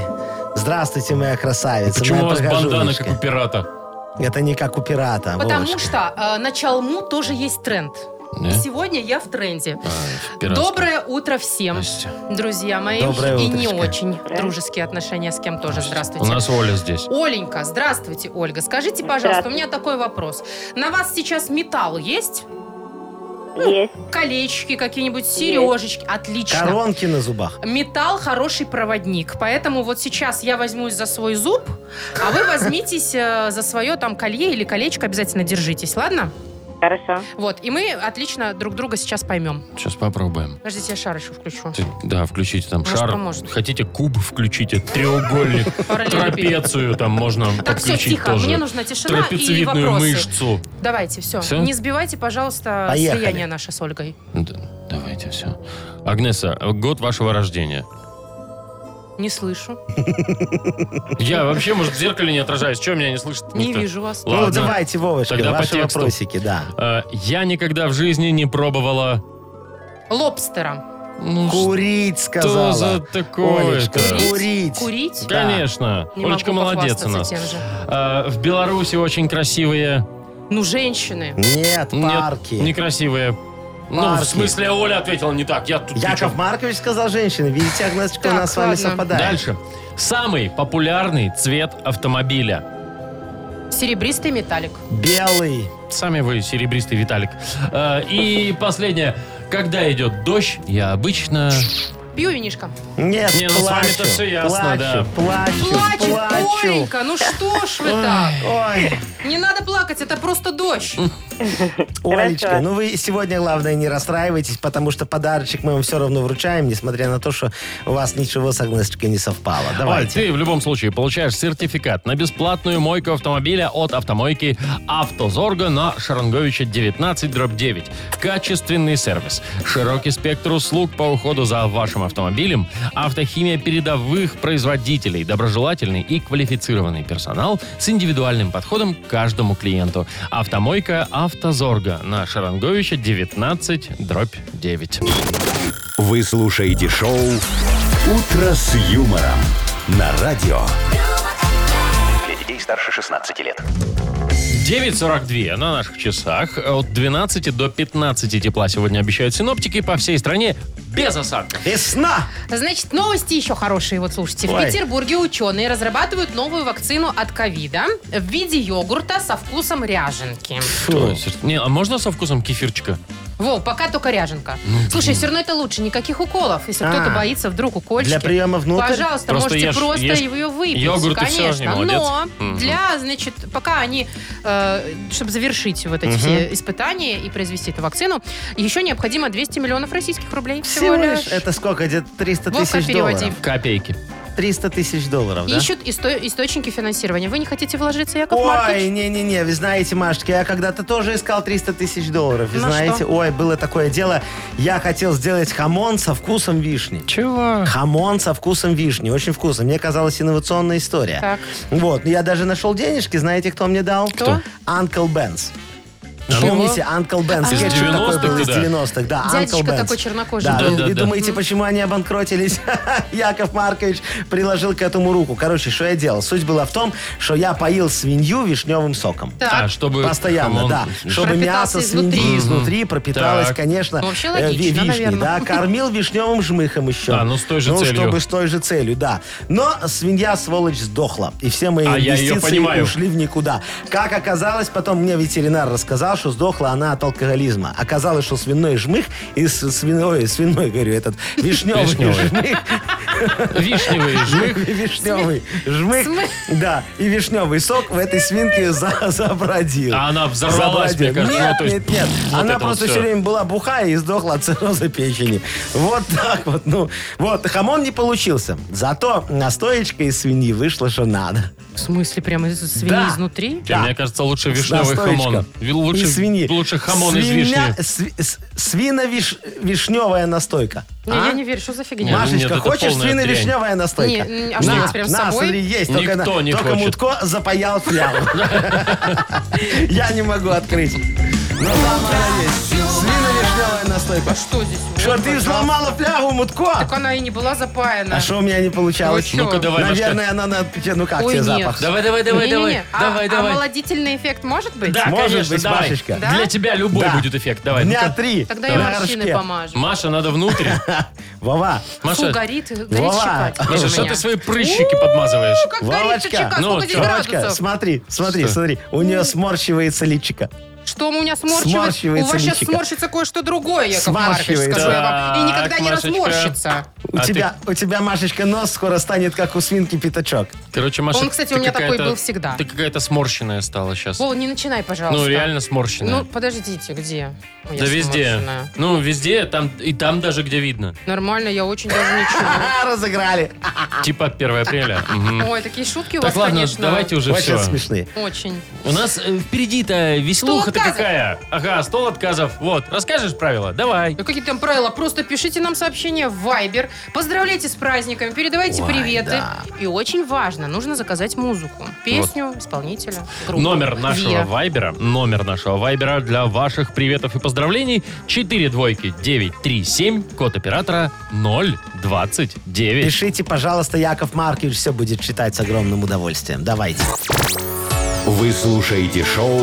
Speaker 3: Здравствуйте, моя красавица.
Speaker 2: Почему
Speaker 3: моя
Speaker 2: у вас бандана, как у
Speaker 3: прохожулечка.
Speaker 2: пирата?
Speaker 3: Это не как у пирата,
Speaker 4: Потому
Speaker 3: Вовочка.
Speaker 4: что э, на чалму тоже есть тренд.
Speaker 2: Да?
Speaker 4: И Сегодня я в тренде.
Speaker 2: А, пиратская.
Speaker 4: Доброе утро всем,
Speaker 2: Здрасте.
Speaker 4: друзья мои.
Speaker 3: Доброе
Speaker 4: и не
Speaker 3: утречко.
Speaker 4: очень дружеские отношения с кем тоже. Здравствуйте.
Speaker 2: У нас Оля здесь.
Speaker 4: Оленька, здравствуйте, Ольга. Скажите, пожалуйста, у меня такой вопрос. На вас сейчас металл есть?
Speaker 7: Есть.
Speaker 4: Колечки какие-нибудь, сережечки? Отлично.
Speaker 3: Коронки на зубах.
Speaker 4: Металл хороший проводник, поэтому вот сейчас я возьмусь за свой зуб, а вы возьмитесь э, за свое там колье или колечко, обязательно держитесь, ладно?
Speaker 7: Хорошо.
Speaker 4: Вот, и мы отлично друг друга сейчас поймем.
Speaker 2: Сейчас попробуем.
Speaker 4: Подождите, я шар еще включу.
Speaker 2: Ты- да, включите там
Speaker 4: Может,
Speaker 2: шар.
Speaker 4: поможет.
Speaker 2: Хотите куб включите, треугольник,
Speaker 4: Параллелепипед.
Speaker 2: трапецию там можно
Speaker 4: Так, все,
Speaker 2: подключить
Speaker 4: тихо,
Speaker 2: тоже.
Speaker 4: мне нужна тишина и
Speaker 2: Трапециевидную
Speaker 4: вопросы.
Speaker 2: мышцу.
Speaker 4: Давайте, все.
Speaker 2: Всё?
Speaker 4: Не сбивайте, пожалуйста,
Speaker 3: Поехали.
Speaker 4: слияние наше с Ольгой.
Speaker 2: Да, Ну, давайте все. Агнеса, год вашего рождения.
Speaker 4: Не слышу,
Speaker 2: Я вообще, может, в зеркале не отражаюсь. Чего меня не слышит?
Speaker 4: не
Speaker 2: никто?
Speaker 4: вижу вас.
Speaker 2: Ладно.
Speaker 3: Ну, давайте, Вовочка,
Speaker 2: Тогда по
Speaker 3: ваши
Speaker 2: тексту.
Speaker 3: вопросики, да.
Speaker 2: Э, Я никогда в жизни не пробовала...
Speaker 4: Лобстера.
Speaker 2: Ну,
Speaker 3: Курить,
Speaker 2: что
Speaker 3: сказала.
Speaker 2: за
Speaker 3: Олечка,
Speaker 2: такое-то?
Speaker 3: курить.
Speaker 4: Курить?
Speaker 3: Да.
Speaker 2: Конечно.
Speaker 4: Не
Speaker 2: Олечка
Speaker 4: могу
Speaker 2: молодец у
Speaker 4: похвастаться
Speaker 2: нас.
Speaker 4: тем же.
Speaker 2: Э, В Беларуси очень красивые...
Speaker 4: Ну, женщины.
Speaker 3: Нет,
Speaker 2: Нет,
Speaker 3: парки.
Speaker 2: некрасивые. Ну,
Speaker 3: Парки.
Speaker 2: в смысле, Оля ответила не так. Я тут при
Speaker 3: Яков
Speaker 2: чём?
Speaker 3: Маркович сказал женщины. Видите, Агнесочка, у
Speaker 4: Так,
Speaker 3: нас с вами
Speaker 4: ладно.
Speaker 3: совпадает.
Speaker 2: Дальше. Самый популярный цвет автомобиля.
Speaker 4: Серебристый металлик.
Speaker 3: Белый.
Speaker 2: Сами вы серебристый Виталик. Э, И последнее. Когда идет дождь, я обычно...
Speaker 4: Пью винишко.
Speaker 3: Нет,
Speaker 2: Не, ну, с
Speaker 3: плачу.
Speaker 2: вами-то всё ясно,
Speaker 3: плачу,
Speaker 2: да.
Speaker 3: плачу,
Speaker 4: Плачет,
Speaker 3: плачу.
Speaker 4: Оленька, ну что ж вы так?
Speaker 3: Ой,
Speaker 4: Не надо плакать, это просто дождь.
Speaker 3: Олечка, ну вы сегодня, главное, не расстраивайтесь, потому что подарочек мы вам все равно вручаем, несмотря на то, что у вас ничего с Агнесочкой не совпало. Давайте.
Speaker 2: Оль, ты в любом случае получаешь сертификат на бесплатную мойку автомобиля от автомойки «Автозорга» на Шаранговича 19, дробь 9. Качественный сервис. Широкий спектр услуг по уходу за вашим автомобилем, автохимия передовых производителей, доброжелательный и квалифицированный персонал с индивидуальным подходом к каждому клиенту. Автомойка «Автозорга» на Шаранговича 19, дробь 9.
Speaker 1: Вы слушаете шоу «Утро с юмором» на радио.
Speaker 6: Для детей старше 16 лет.
Speaker 2: 9.42 на наших часах. От 12 до 15 тепла сегодня обещают синоптики по всей стране без осадков.
Speaker 3: Весна!
Speaker 4: Значит, новости еще хорошие. Вот слушайте. В
Speaker 3: Ой.
Speaker 4: Петербурге ученые разрабатывают новую вакцину от ковида в виде йогурта со вкусом ряженки.
Speaker 2: Ой, серд- Не, а можно со вкусом кефирчика?
Speaker 4: Во, пока только ряженка.
Speaker 2: Ну,
Speaker 4: Слушай, все равно это лучше. Никаких уколов. Если
Speaker 3: А.
Speaker 4: кто-то боится вдруг укольчики.
Speaker 3: Для приема внутрь?
Speaker 4: Пожалуйста,
Speaker 2: Просто
Speaker 4: можете
Speaker 2: ешь-
Speaker 4: просто
Speaker 2: ешь
Speaker 4: ее выпить.
Speaker 2: йогурт и всё,
Speaker 4: конечно.
Speaker 2: не молодец.
Speaker 4: Но
Speaker 2: Мгм.
Speaker 4: для, значит, пока они, э, чтобы завершить вот эти все испытания и произвести эту вакцину, еще необходимо 200 миллионов российских рублей
Speaker 3: Всего лишь. Это сколько? Где-то 300
Speaker 4: Вовка,
Speaker 3: тысяч
Speaker 4: переводи.
Speaker 3: долларов.
Speaker 2: Копейки.
Speaker 3: 300 тысяч долларов, да?
Speaker 4: Ищут исто- источники финансирования. Вы не хотите вложиться, Яков
Speaker 3: Ой,
Speaker 4: Маркович?
Speaker 3: не-не-не, вы знаете, Машечка, я когда-то тоже искал 300 тысяч долларов, вы
Speaker 4: На
Speaker 3: знаете?
Speaker 4: что?
Speaker 3: Ой, было такое дело, я хотел сделать хамон со вкусом вишни.
Speaker 2: Чего?
Speaker 3: Хамон со вкусом вишни, очень вкусно. Мне казалась инновационная история.
Speaker 4: Так.
Speaker 3: Вот, я даже нашел денежки, знаете, кто мне дал?
Speaker 4: Кто?
Speaker 3: Анкл Бенс.
Speaker 2: Чего?
Speaker 3: Помните, Анкл Бенс?
Speaker 2: Из 90-х,
Speaker 3: такой был из
Speaker 2: А да.
Speaker 3: 90-х, да.
Speaker 4: Дядечка
Speaker 3: Uncle Ben's.
Speaker 4: такой чернокожий
Speaker 3: Да,
Speaker 2: был.
Speaker 3: и-
Speaker 2: Да, да,
Speaker 3: и
Speaker 2: да.
Speaker 3: думаете, почему они обанкротились? Яков Маркович приложил к этому руку. Короче, что я делал? Суть была в том, что я поил свинью вишневым соком.
Speaker 2: А,
Speaker 4: Так.
Speaker 2: чтобы...
Speaker 3: Постоянно,
Speaker 2: хамон-
Speaker 3: да. Чтобы
Speaker 4: Пропитался
Speaker 3: мясо свиньи
Speaker 4: изнутри.
Speaker 3: изнутри пропиталось,
Speaker 2: Так.
Speaker 3: конечно,
Speaker 4: Ну, вообще
Speaker 3: э, ви-
Speaker 4: логично,
Speaker 3: вишней.
Speaker 4: наверное.
Speaker 3: Да, кормил вишневым жмыхом еще.
Speaker 2: А, ну, с той же целью.
Speaker 3: чтобы с той же целью, да. Но свинья, сволочь, сдохла. И все мои
Speaker 2: А, я ее
Speaker 3: инвестиции
Speaker 2: понимаю.
Speaker 3: ушли в никуда. Как оказалось, потом мне ветеринар рассказал, что сдохла она от алкоголизма. Оказалось, что свиной жмых и с- свиной, свиной, говорю, этот, вишневый
Speaker 2: Вишневый.
Speaker 3: жмых
Speaker 2: Вишневый жмых.
Speaker 3: и вишневый жмых, да, и вишневый сок в этой свинке за- забродил.
Speaker 2: А она взорвалась,
Speaker 3: Забродил.
Speaker 2: мне кажется.
Speaker 3: Нет,
Speaker 2: Ну, то есть,
Speaker 3: нет, нет.
Speaker 2: вот
Speaker 3: она
Speaker 2: это
Speaker 3: просто
Speaker 2: вот всё.
Speaker 3: все время была бухая и сдохла от цирроза печени. Вот так вот. Ну, вот, хамон не получился. Зато настоечка из свиньи вышла, что надо.
Speaker 4: В смысле, прямо из свиньи
Speaker 3: Да.
Speaker 4: изнутри?
Speaker 2: Тебе,
Speaker 3: Да.
Speaker 2: Мне кажется, лучше вишневый
Speaker 3: Настоечка
Speaker 2: хамон. Ви- Лучше,
Speaker 3: из свиньи.
Speaker 2: лучше хамон из
Speaker 3: Свиня-
Speaker 2: вишни.
Speaker 3: сви- с- Свино-вишневая настойка.
Speaker 4: Ну,
Speaker 3: А?
Speaker 4: я не верю, что за фигня?
Speaker 2: Нет,
Speaker 3: Машечка,
Speaker 2: это
Speaker 3: хочешь
Speaker 2: полная
Speaker 3: свино
Speaker 2: дрянь.
Speaker 3: вишневая настойка?
Speaker 4: Не, а что, у вас прям с
Speaker 3: на,
Speaker 4: собой?
Speaker 3: смотри, есть. Только,
Speaker 2: Никто
Speaker 3: на-
Speaker 2: не
Speaker 3: только
Speaker 2: хочет.
Speaker 3: Мутко запаял флягу. Я не могу открыть. Но там она есть. Свино-вишневая настойка.
Speaker 4: А Что здесь?
Speaker 3: Что, ты взломала флягу, Мутко?
Speaker 4: Так она и не была запаяна.
Speaker 3: А что у меня не получалось?
Speaker 4: Вы чё?
Speaker 2: Ну-ка, давай,
Speaker 3: Наверное, она на... Ну как
Speaker 4: Ой,
Speaker 3: тебе
Speaker 4: нет.
Speaker 3: запах?
Speaker 2: Давай, давай, давай,
Speaker 4: Не-не-не.
Speaker 2: давай.
Speaker 4: А-
Speaker 2: Давай,
Speaker 4: А
Speaker 2: давай.
Speaker 4: молодительный эффект может быть?
Speaker 2: Да,
Speaker 3: Может
Speaker 2: конечно,
Speaker 3: быть,
Speaker 2: давай.
Speaker 3: Машечка.
Speaker 4: Да?
Speaker 2: Для тебя любой
Speaker 3: Да.
Speaker 2: будет эффект. Давай.
Speaker 3: Дня
Speaker 2: ну-ка.
Speaker 3: три.
Speaker 4: Тогда
Speaker 3: на
Speaker 4: я морщины
Speaker 3: рожке.
Speaker 4: помажу.
Speaker 2: Маша, надо внутрь.
Speaker 3: Вова,
Speaker 4: Фу,
Speaker 2: Маша,
Speaker 4: горит, горит
Speaker 3: Вова.
Speaker 4: щека.
Speaker 3: Маша,
Speaker 2: Маша,
Speaker 4: Слушай
Speaker 2: что
Speaker 4: меня.
Speaker 2: ты свои прыщики подмазываешь?
Speaker 4: Как горит
Speaker 3: Вовочка,
Speaker 4: щека?
Speaker 2: ну,
Speaker 4: Сколько здесь
Speaker 3: Вовочка,
Speaker 4: градусов? Ну.
Speaker 3: смотри, смотри,
Speaker 2: Что?
Speaker 3: смотри. У нее сморщивается личико.
Speaker 4: Что у меня сморщивается?
Speaker 3: Сморщивается
Speaker 4: у вас сейчас
Speaker 3: личико.
Speaker 4: сморщится кое-что другое, Яков Маркович,
Speaker 3: Сморщивается.
Speaker 4: скажу я вам. И никогда
Speaker 2: Так,
Speaker 4: не
Speaker 2: Машечка.
Speaker 4: разморщится.
Speaker 3: У,
Speaker 2: А ты-
Speaker 3: тебя, у тебя, Машечка, нос скоро станет, как у свинки пятачок.
Speaker 2: Короче, Маша,
Speaker 4: Он, кстати, у
Speaker 2: ты
Speaker 4: меня такой
Speaker 2: какая-то-
Speaker 4: был всегда.
Speaker 2: Ты какая-то сморщенная стала сейчас.
Speaker 4: Вова, не начинай, пожалуйста.
Speaker 2: Ну, реально сморщенная.
Speaker 4: Ну, подождите, где? Ой, я
Speaker 2: Да везде.
Speaker 4: сморщенная.
Speaker 2: Ну, везде, там и там даже, где видно.
Speaker 4: Нормально, я очень даже ничего.
Speaker 3: А, разыграли.
Speaker 2: Типа 1 апреля. Мгм.
Speaker 4: Ой, такие шутки А. Ну, у вас,
Speaker 2: Так, ладно,
Speaker 4: конечно.
Speaker 2: давайте уже
Speaker 3: Очень
Speaker 2: все.
Speaker 3: смешные.
Speaker 4: Очень.
Speaker 2: У нас э, впереди-то веселуха-то
Speaker 4: отказов.
Speaker 2: какая. Ага, стол отказов. Вот, расскажешь правила? Давай.
Speaker 4: Ну, какие там правила? Просто пишите нам сообщение в Viber, поздравляйте с праздниками, передавайте приветы. И очень важно, нужно заказать музыку. Песню, исполнителя, группу.
Speaker 2: Номер нашего
Speaker 4: Виа.
Speaker 2: вайбера, номер нашего вайбера для ваших приветов и поздравлений 4 двойки 937, код оператора 029.
Speaker 3: Пишите, пожалуйста, Яков Маркович все будет читать с огромным удовольствием. Давайте.
Speaker 1: Вы слушаете шоу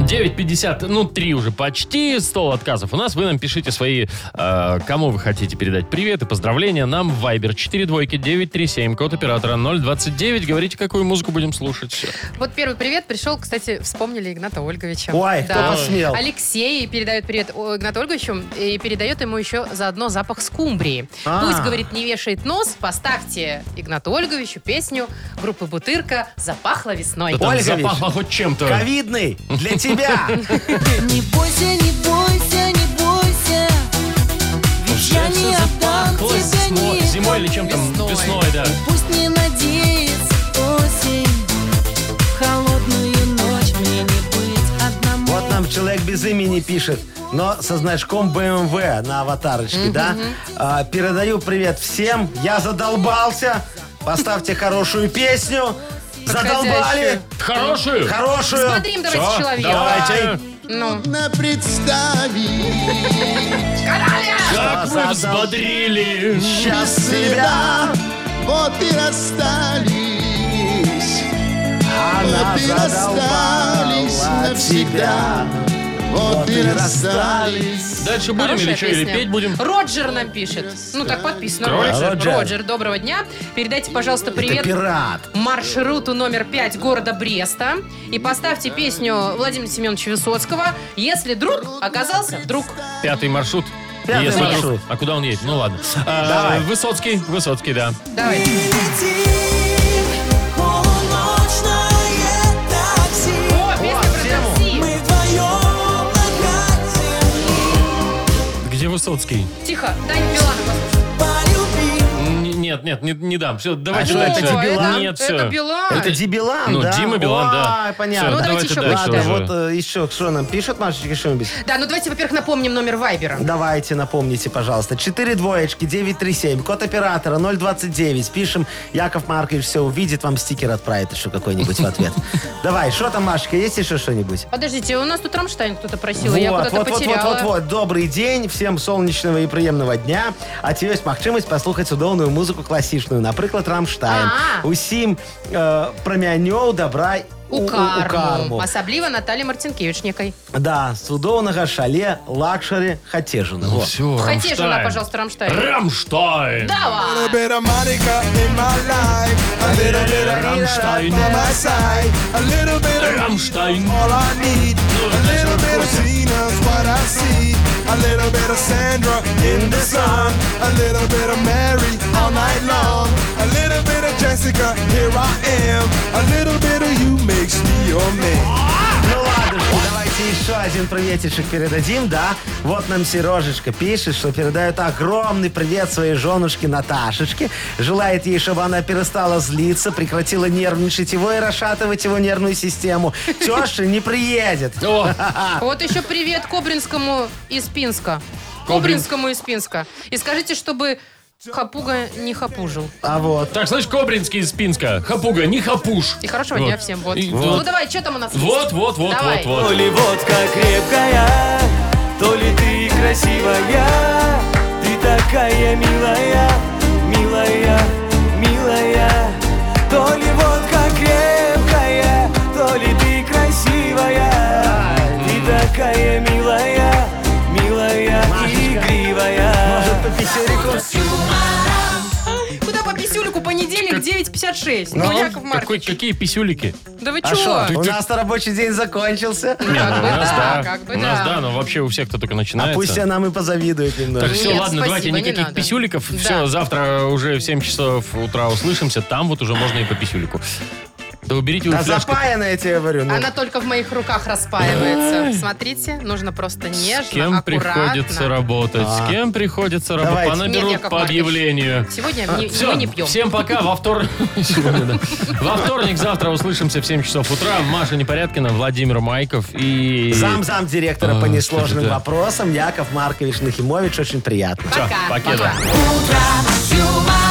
Speaker 2: 9.50, ну, 3 уже почти, стол отказов у нас. Вы нам пишите свои, э, кому вы хотите передать привет и поздравления. Нам в Viber 4 двойки 937, код оператора 029. Говорите, какую музыку будем слушать. Всё.
Speaker 4: Вот первый привет пришел, кстати, вспомнили Игната Ольговича.
Speaker 3: Ой, кто посмел?
Speaker 4: Алексей передает привет о, Игнату Ольговичу и передает ему еще заодно запах скумбрии.
Speaker 3: А.
Speaker 4: Пусть, говорит, не вешает нос, поставьте Игнату Ольговичу песню группы «Бутырка» «Запахло весной».
Speaker 2: Да там
Speaker 3: Ольга Вич,
Speaker 2: запахло хоть чем-то.
Speaker 3: Ковидный для тебя.
Speaker 9: Не бойся, не бойся, не бойся. Ведь я не отдам
Speaker 2: Ой,
Speaker 9: тебя
Speaker 2: зимой,
Speaker 9: ни
Speaker 2: зимой или чем там?
Speaker 4: Весной.
Speaker 2: Весной, да.
Speaker 9: Пусть не надеется осень. В холодную ночь мне не быть одному.
Speaker 3: Вот нам человек без имени пишет, но со значком BMW на аватарочке, да? А, передаю привет всем. Я задолбался. Поставьте хорошую песню. Задолбали.
Speaker 2: Хорошую.
Speaker 3: Хорошую.
Speaker 4: Смотрим, давайте,
Speaker 2: Всё,
Speaker 4: человека.
Speaker 2: Давайте.
Speaker 4: Ну,
Speaker 2: Как
Speaker 3: Что за
Speaker 2: мы взбодрили.
Speaker 3: Сейчас себя.
Speaker 10: Вот и расстались,
Speaker 3: Она
Speaker 10: Вот и расстались
Speaker 3: задолбала тебя.
Speaker 10: навсегда. вот и расстались.
Speaker 2: Дальше будем
Speaker 4: хорошая
Speaker 2: или что, или
Speaker 4: песня.
Speaker 2: петь будем?
Speaker 4: Роджер нам пишет. Ну, так подписано. Роджер.
Speaker 3: Роджер.
Speaker 4: Роджер. доброго дня. Передайте, пожалуйста,
Speaker 3: Это
Speaker 4: привет
Speaker 3: пират.
Speaker 4: маршруту номер 5 города Бреста. И поставьте песню Владимира Семеновича Высоцкого «Если друг оказался вдруг».
Speaker 2: Пятый маршрут.
Speaker 3: Пятый
Speaker 2: Если вдруг-
Speaker 3: маршрут.
Speaker 2: А куда он едет? Ну ладно. А,
Speaker 3: Давай.
Speaker 2: Высоцкий, Высоцкий, да.
Speaker 4: Давай.
Speaker 9: Летим, полуночное такси.
Speaker 4: О, песня про такси.
Speaker 9: Мы вдвоем на земли.
Speaker 2: Где Высоцкий?
Speaker 4: Тихо, Таня Биланова.
Speaker 9: Полюби.
Speaker 2: Н- Нет, нет, не, не дам. Все, давайте
Speaker 3: А что,
Speaker 2: дальше.
Speaker 3: это Билан?
Speaker 2: Нет, все.
Speaker 4: Это Билан.
Speaker 3: Это Дибилан,
Speaker 2: Ну,
Speaker 3: да?
Speaker 2: Дима Билан, да.
Speaker 3: Ой, понятно.
Speaker 2: Всё,
Speaker 4: Ну, давайте еще
Speaker 2: дальше
Speaker 4: Ладно,
Speaker 3: Ладно,
Speaker 2: уже.
Speaker 3: вот э, еще что нам пишет, Машечка, что-нибудь?
Speaker 4: Да, ну давайте, во-первых, напомним номер Вайбера.
Speaker 3: Давайте, напомните, пожалуйста. 4 двоечки, 937, код оператора 029. Пишем, Яков Маркович все увидит, вам стикер отправит еще какой-нибудь в ответ. Давай, что там, Машечка, есть еще что-нибудь?
Speaker 4: Подождите, у нас тут Рамштайн кто-то просил,
Speaker 3: Вот,
Speaker 4: я куда-то
Speaker 3: вот, вот,
Speaker 4: потеряла.
Speaker 3: вот, вот, вот. Добрый день, всем солнечного і приємного дня. А ці ось магчимость послухати судовну музику класичну, наприклад, Рамштайн.
Speaker 4: А.
Speaker 3: Усім е, промянёў добра у,
Speaker 4: У
Speaker 3: у- у
Speaker 4: карму.
Speaker 3: карму.
Speaker 4: Особливо Наталья Мартинкевич некой.
Speaker 3: Да, судовного шале, лакшери, хатежина. Во.
Speaker 2: Всё,
Speaker 4: Хотите
Speaker 2: Рамштайн.
Speaker 4: жена, пожалуйста, Рамштайн.
Speaker 2: Рамштайн!
Speaker 4: Давай.
Speaker 2: Рамштайн! Рамштайн!
Speaker 3: Ну ладно, давайте еще еще один приветишек передадим, да? Вот нам Сережечка пишет, что передает огромный привет своей женушке Наташечке. Желает ей, чтобы она перестала злиться, прекратила нервничать его и расшатывать его нервную систему. Теша не приедет.
Speaker 11: Ну,
Speaker 2: О,
Speaker 4: А Вот еще привет Кобринскому из Пинска. Кобринскому из Пинска. И скажите, чтобы хапуга не хапужил.
Speaker 3: А вот.
Speaker 2: так, слышь, Кобринский из Пинска. Хапуга, не хапуш.
Speaker 4: И хорошего
Speaker 2: Вот.
Speaker 4: дня всем. Вот.
Speaker 2: И
Speaker 4: Ну
Speaker 2: вот.
Speaker 4: давай, что там у нас
Speaker 2: Вот,
Speaker 4: есть?
Speaker 2: вот, вот,
Speaker 4: Давай.
Speaker 2: вот, вот.
Speaker 11: ли водка крепкая, то ли ты красивая, ты такая милая, милая, милая. То ли водка крепкая, то ли ты красивая, ты такая милая, милая и игривая.
Speaker 3: Может, по пятерику?
Speaker 4: Куда по писюлику? Понедельник, 9.56. Ну, Яков Маркович,
Speaker 2: Какой- какие писюлики?
Speaker 4: да вы
Speaker 3: А
Speaker 4: чего?
Speaker 3: что? У нас-то рабочий день закончился.
Speaker 2: Не, ну,
Speaker 4: Как
Speaker 2: у
Speaker 4: бы
Speaker 2: нас
Speaker 4: да,
Speaker 2: да,
Speaker 4: как бы
Speaker 2: у нас
Speaker 4: да.
Speaker 2: да, но вообще у всех, кто только
Speaker 3: А
Speaker 2: начинается.
Speaker 3: пусть она нам и позавидует
Speaker 2: Так,
Speaker 3: немножко.
Speaker 2: все,
Speaker 4: Нет,
Speaker 2: ладно,
Speaker 4: спасибо,
Speaker 2: давайте
Speaker 4: не
Speaker 2: никаких
Speaker 4: надо.
Speaker 2: писюликов.
Speaker 4: Да.
Speaker 2: Все, завтра уже в 7 часов утра услышимся. Там вот уже можно и по писюлику. Да уберите вы
Speaker 3: Да
Speaker 2: фляжку.
Speaker 3: А запаянная, я тебе говорю. ну.
Speaker 4: Она только в моих руках распаивается. Смотрите, нужно просто нежно,
Speaker 2: С кем
Speaker 4: аккуратно.
Speaker 2: приходится работать? С кем приходится работать?
Speaker 3: А. Давайте.
Speaker 2: По наберу
Speaker 4: Нет, Яков
Speaker 2: по
Speaker 4: Маркович.
Speaker 2: объявлению.
Speaker 4: Сегодня не-
Speaker 2: Все,
Speaker 4: мы не пьем.
Speaker 2: всем пока. Во вторник... Сегодня, да. Во вторник, завтра услышимся в 7 часов утра. Маша Непорядкина, Владимир Майков и...
Speaker 3: Зам-зам директора по
Speaker 2: А,
Speaker 3: несложным
Speaker 2: что-то да.
Speaker 3: вопросам Яков Маркович Нахимович. Очень приятно.
Speaker 2: Всё,
Speaker 4: Пока.
Speaker 2: пакета.
Speaker 4: Пока.
Speaker 9: Утро с юмором.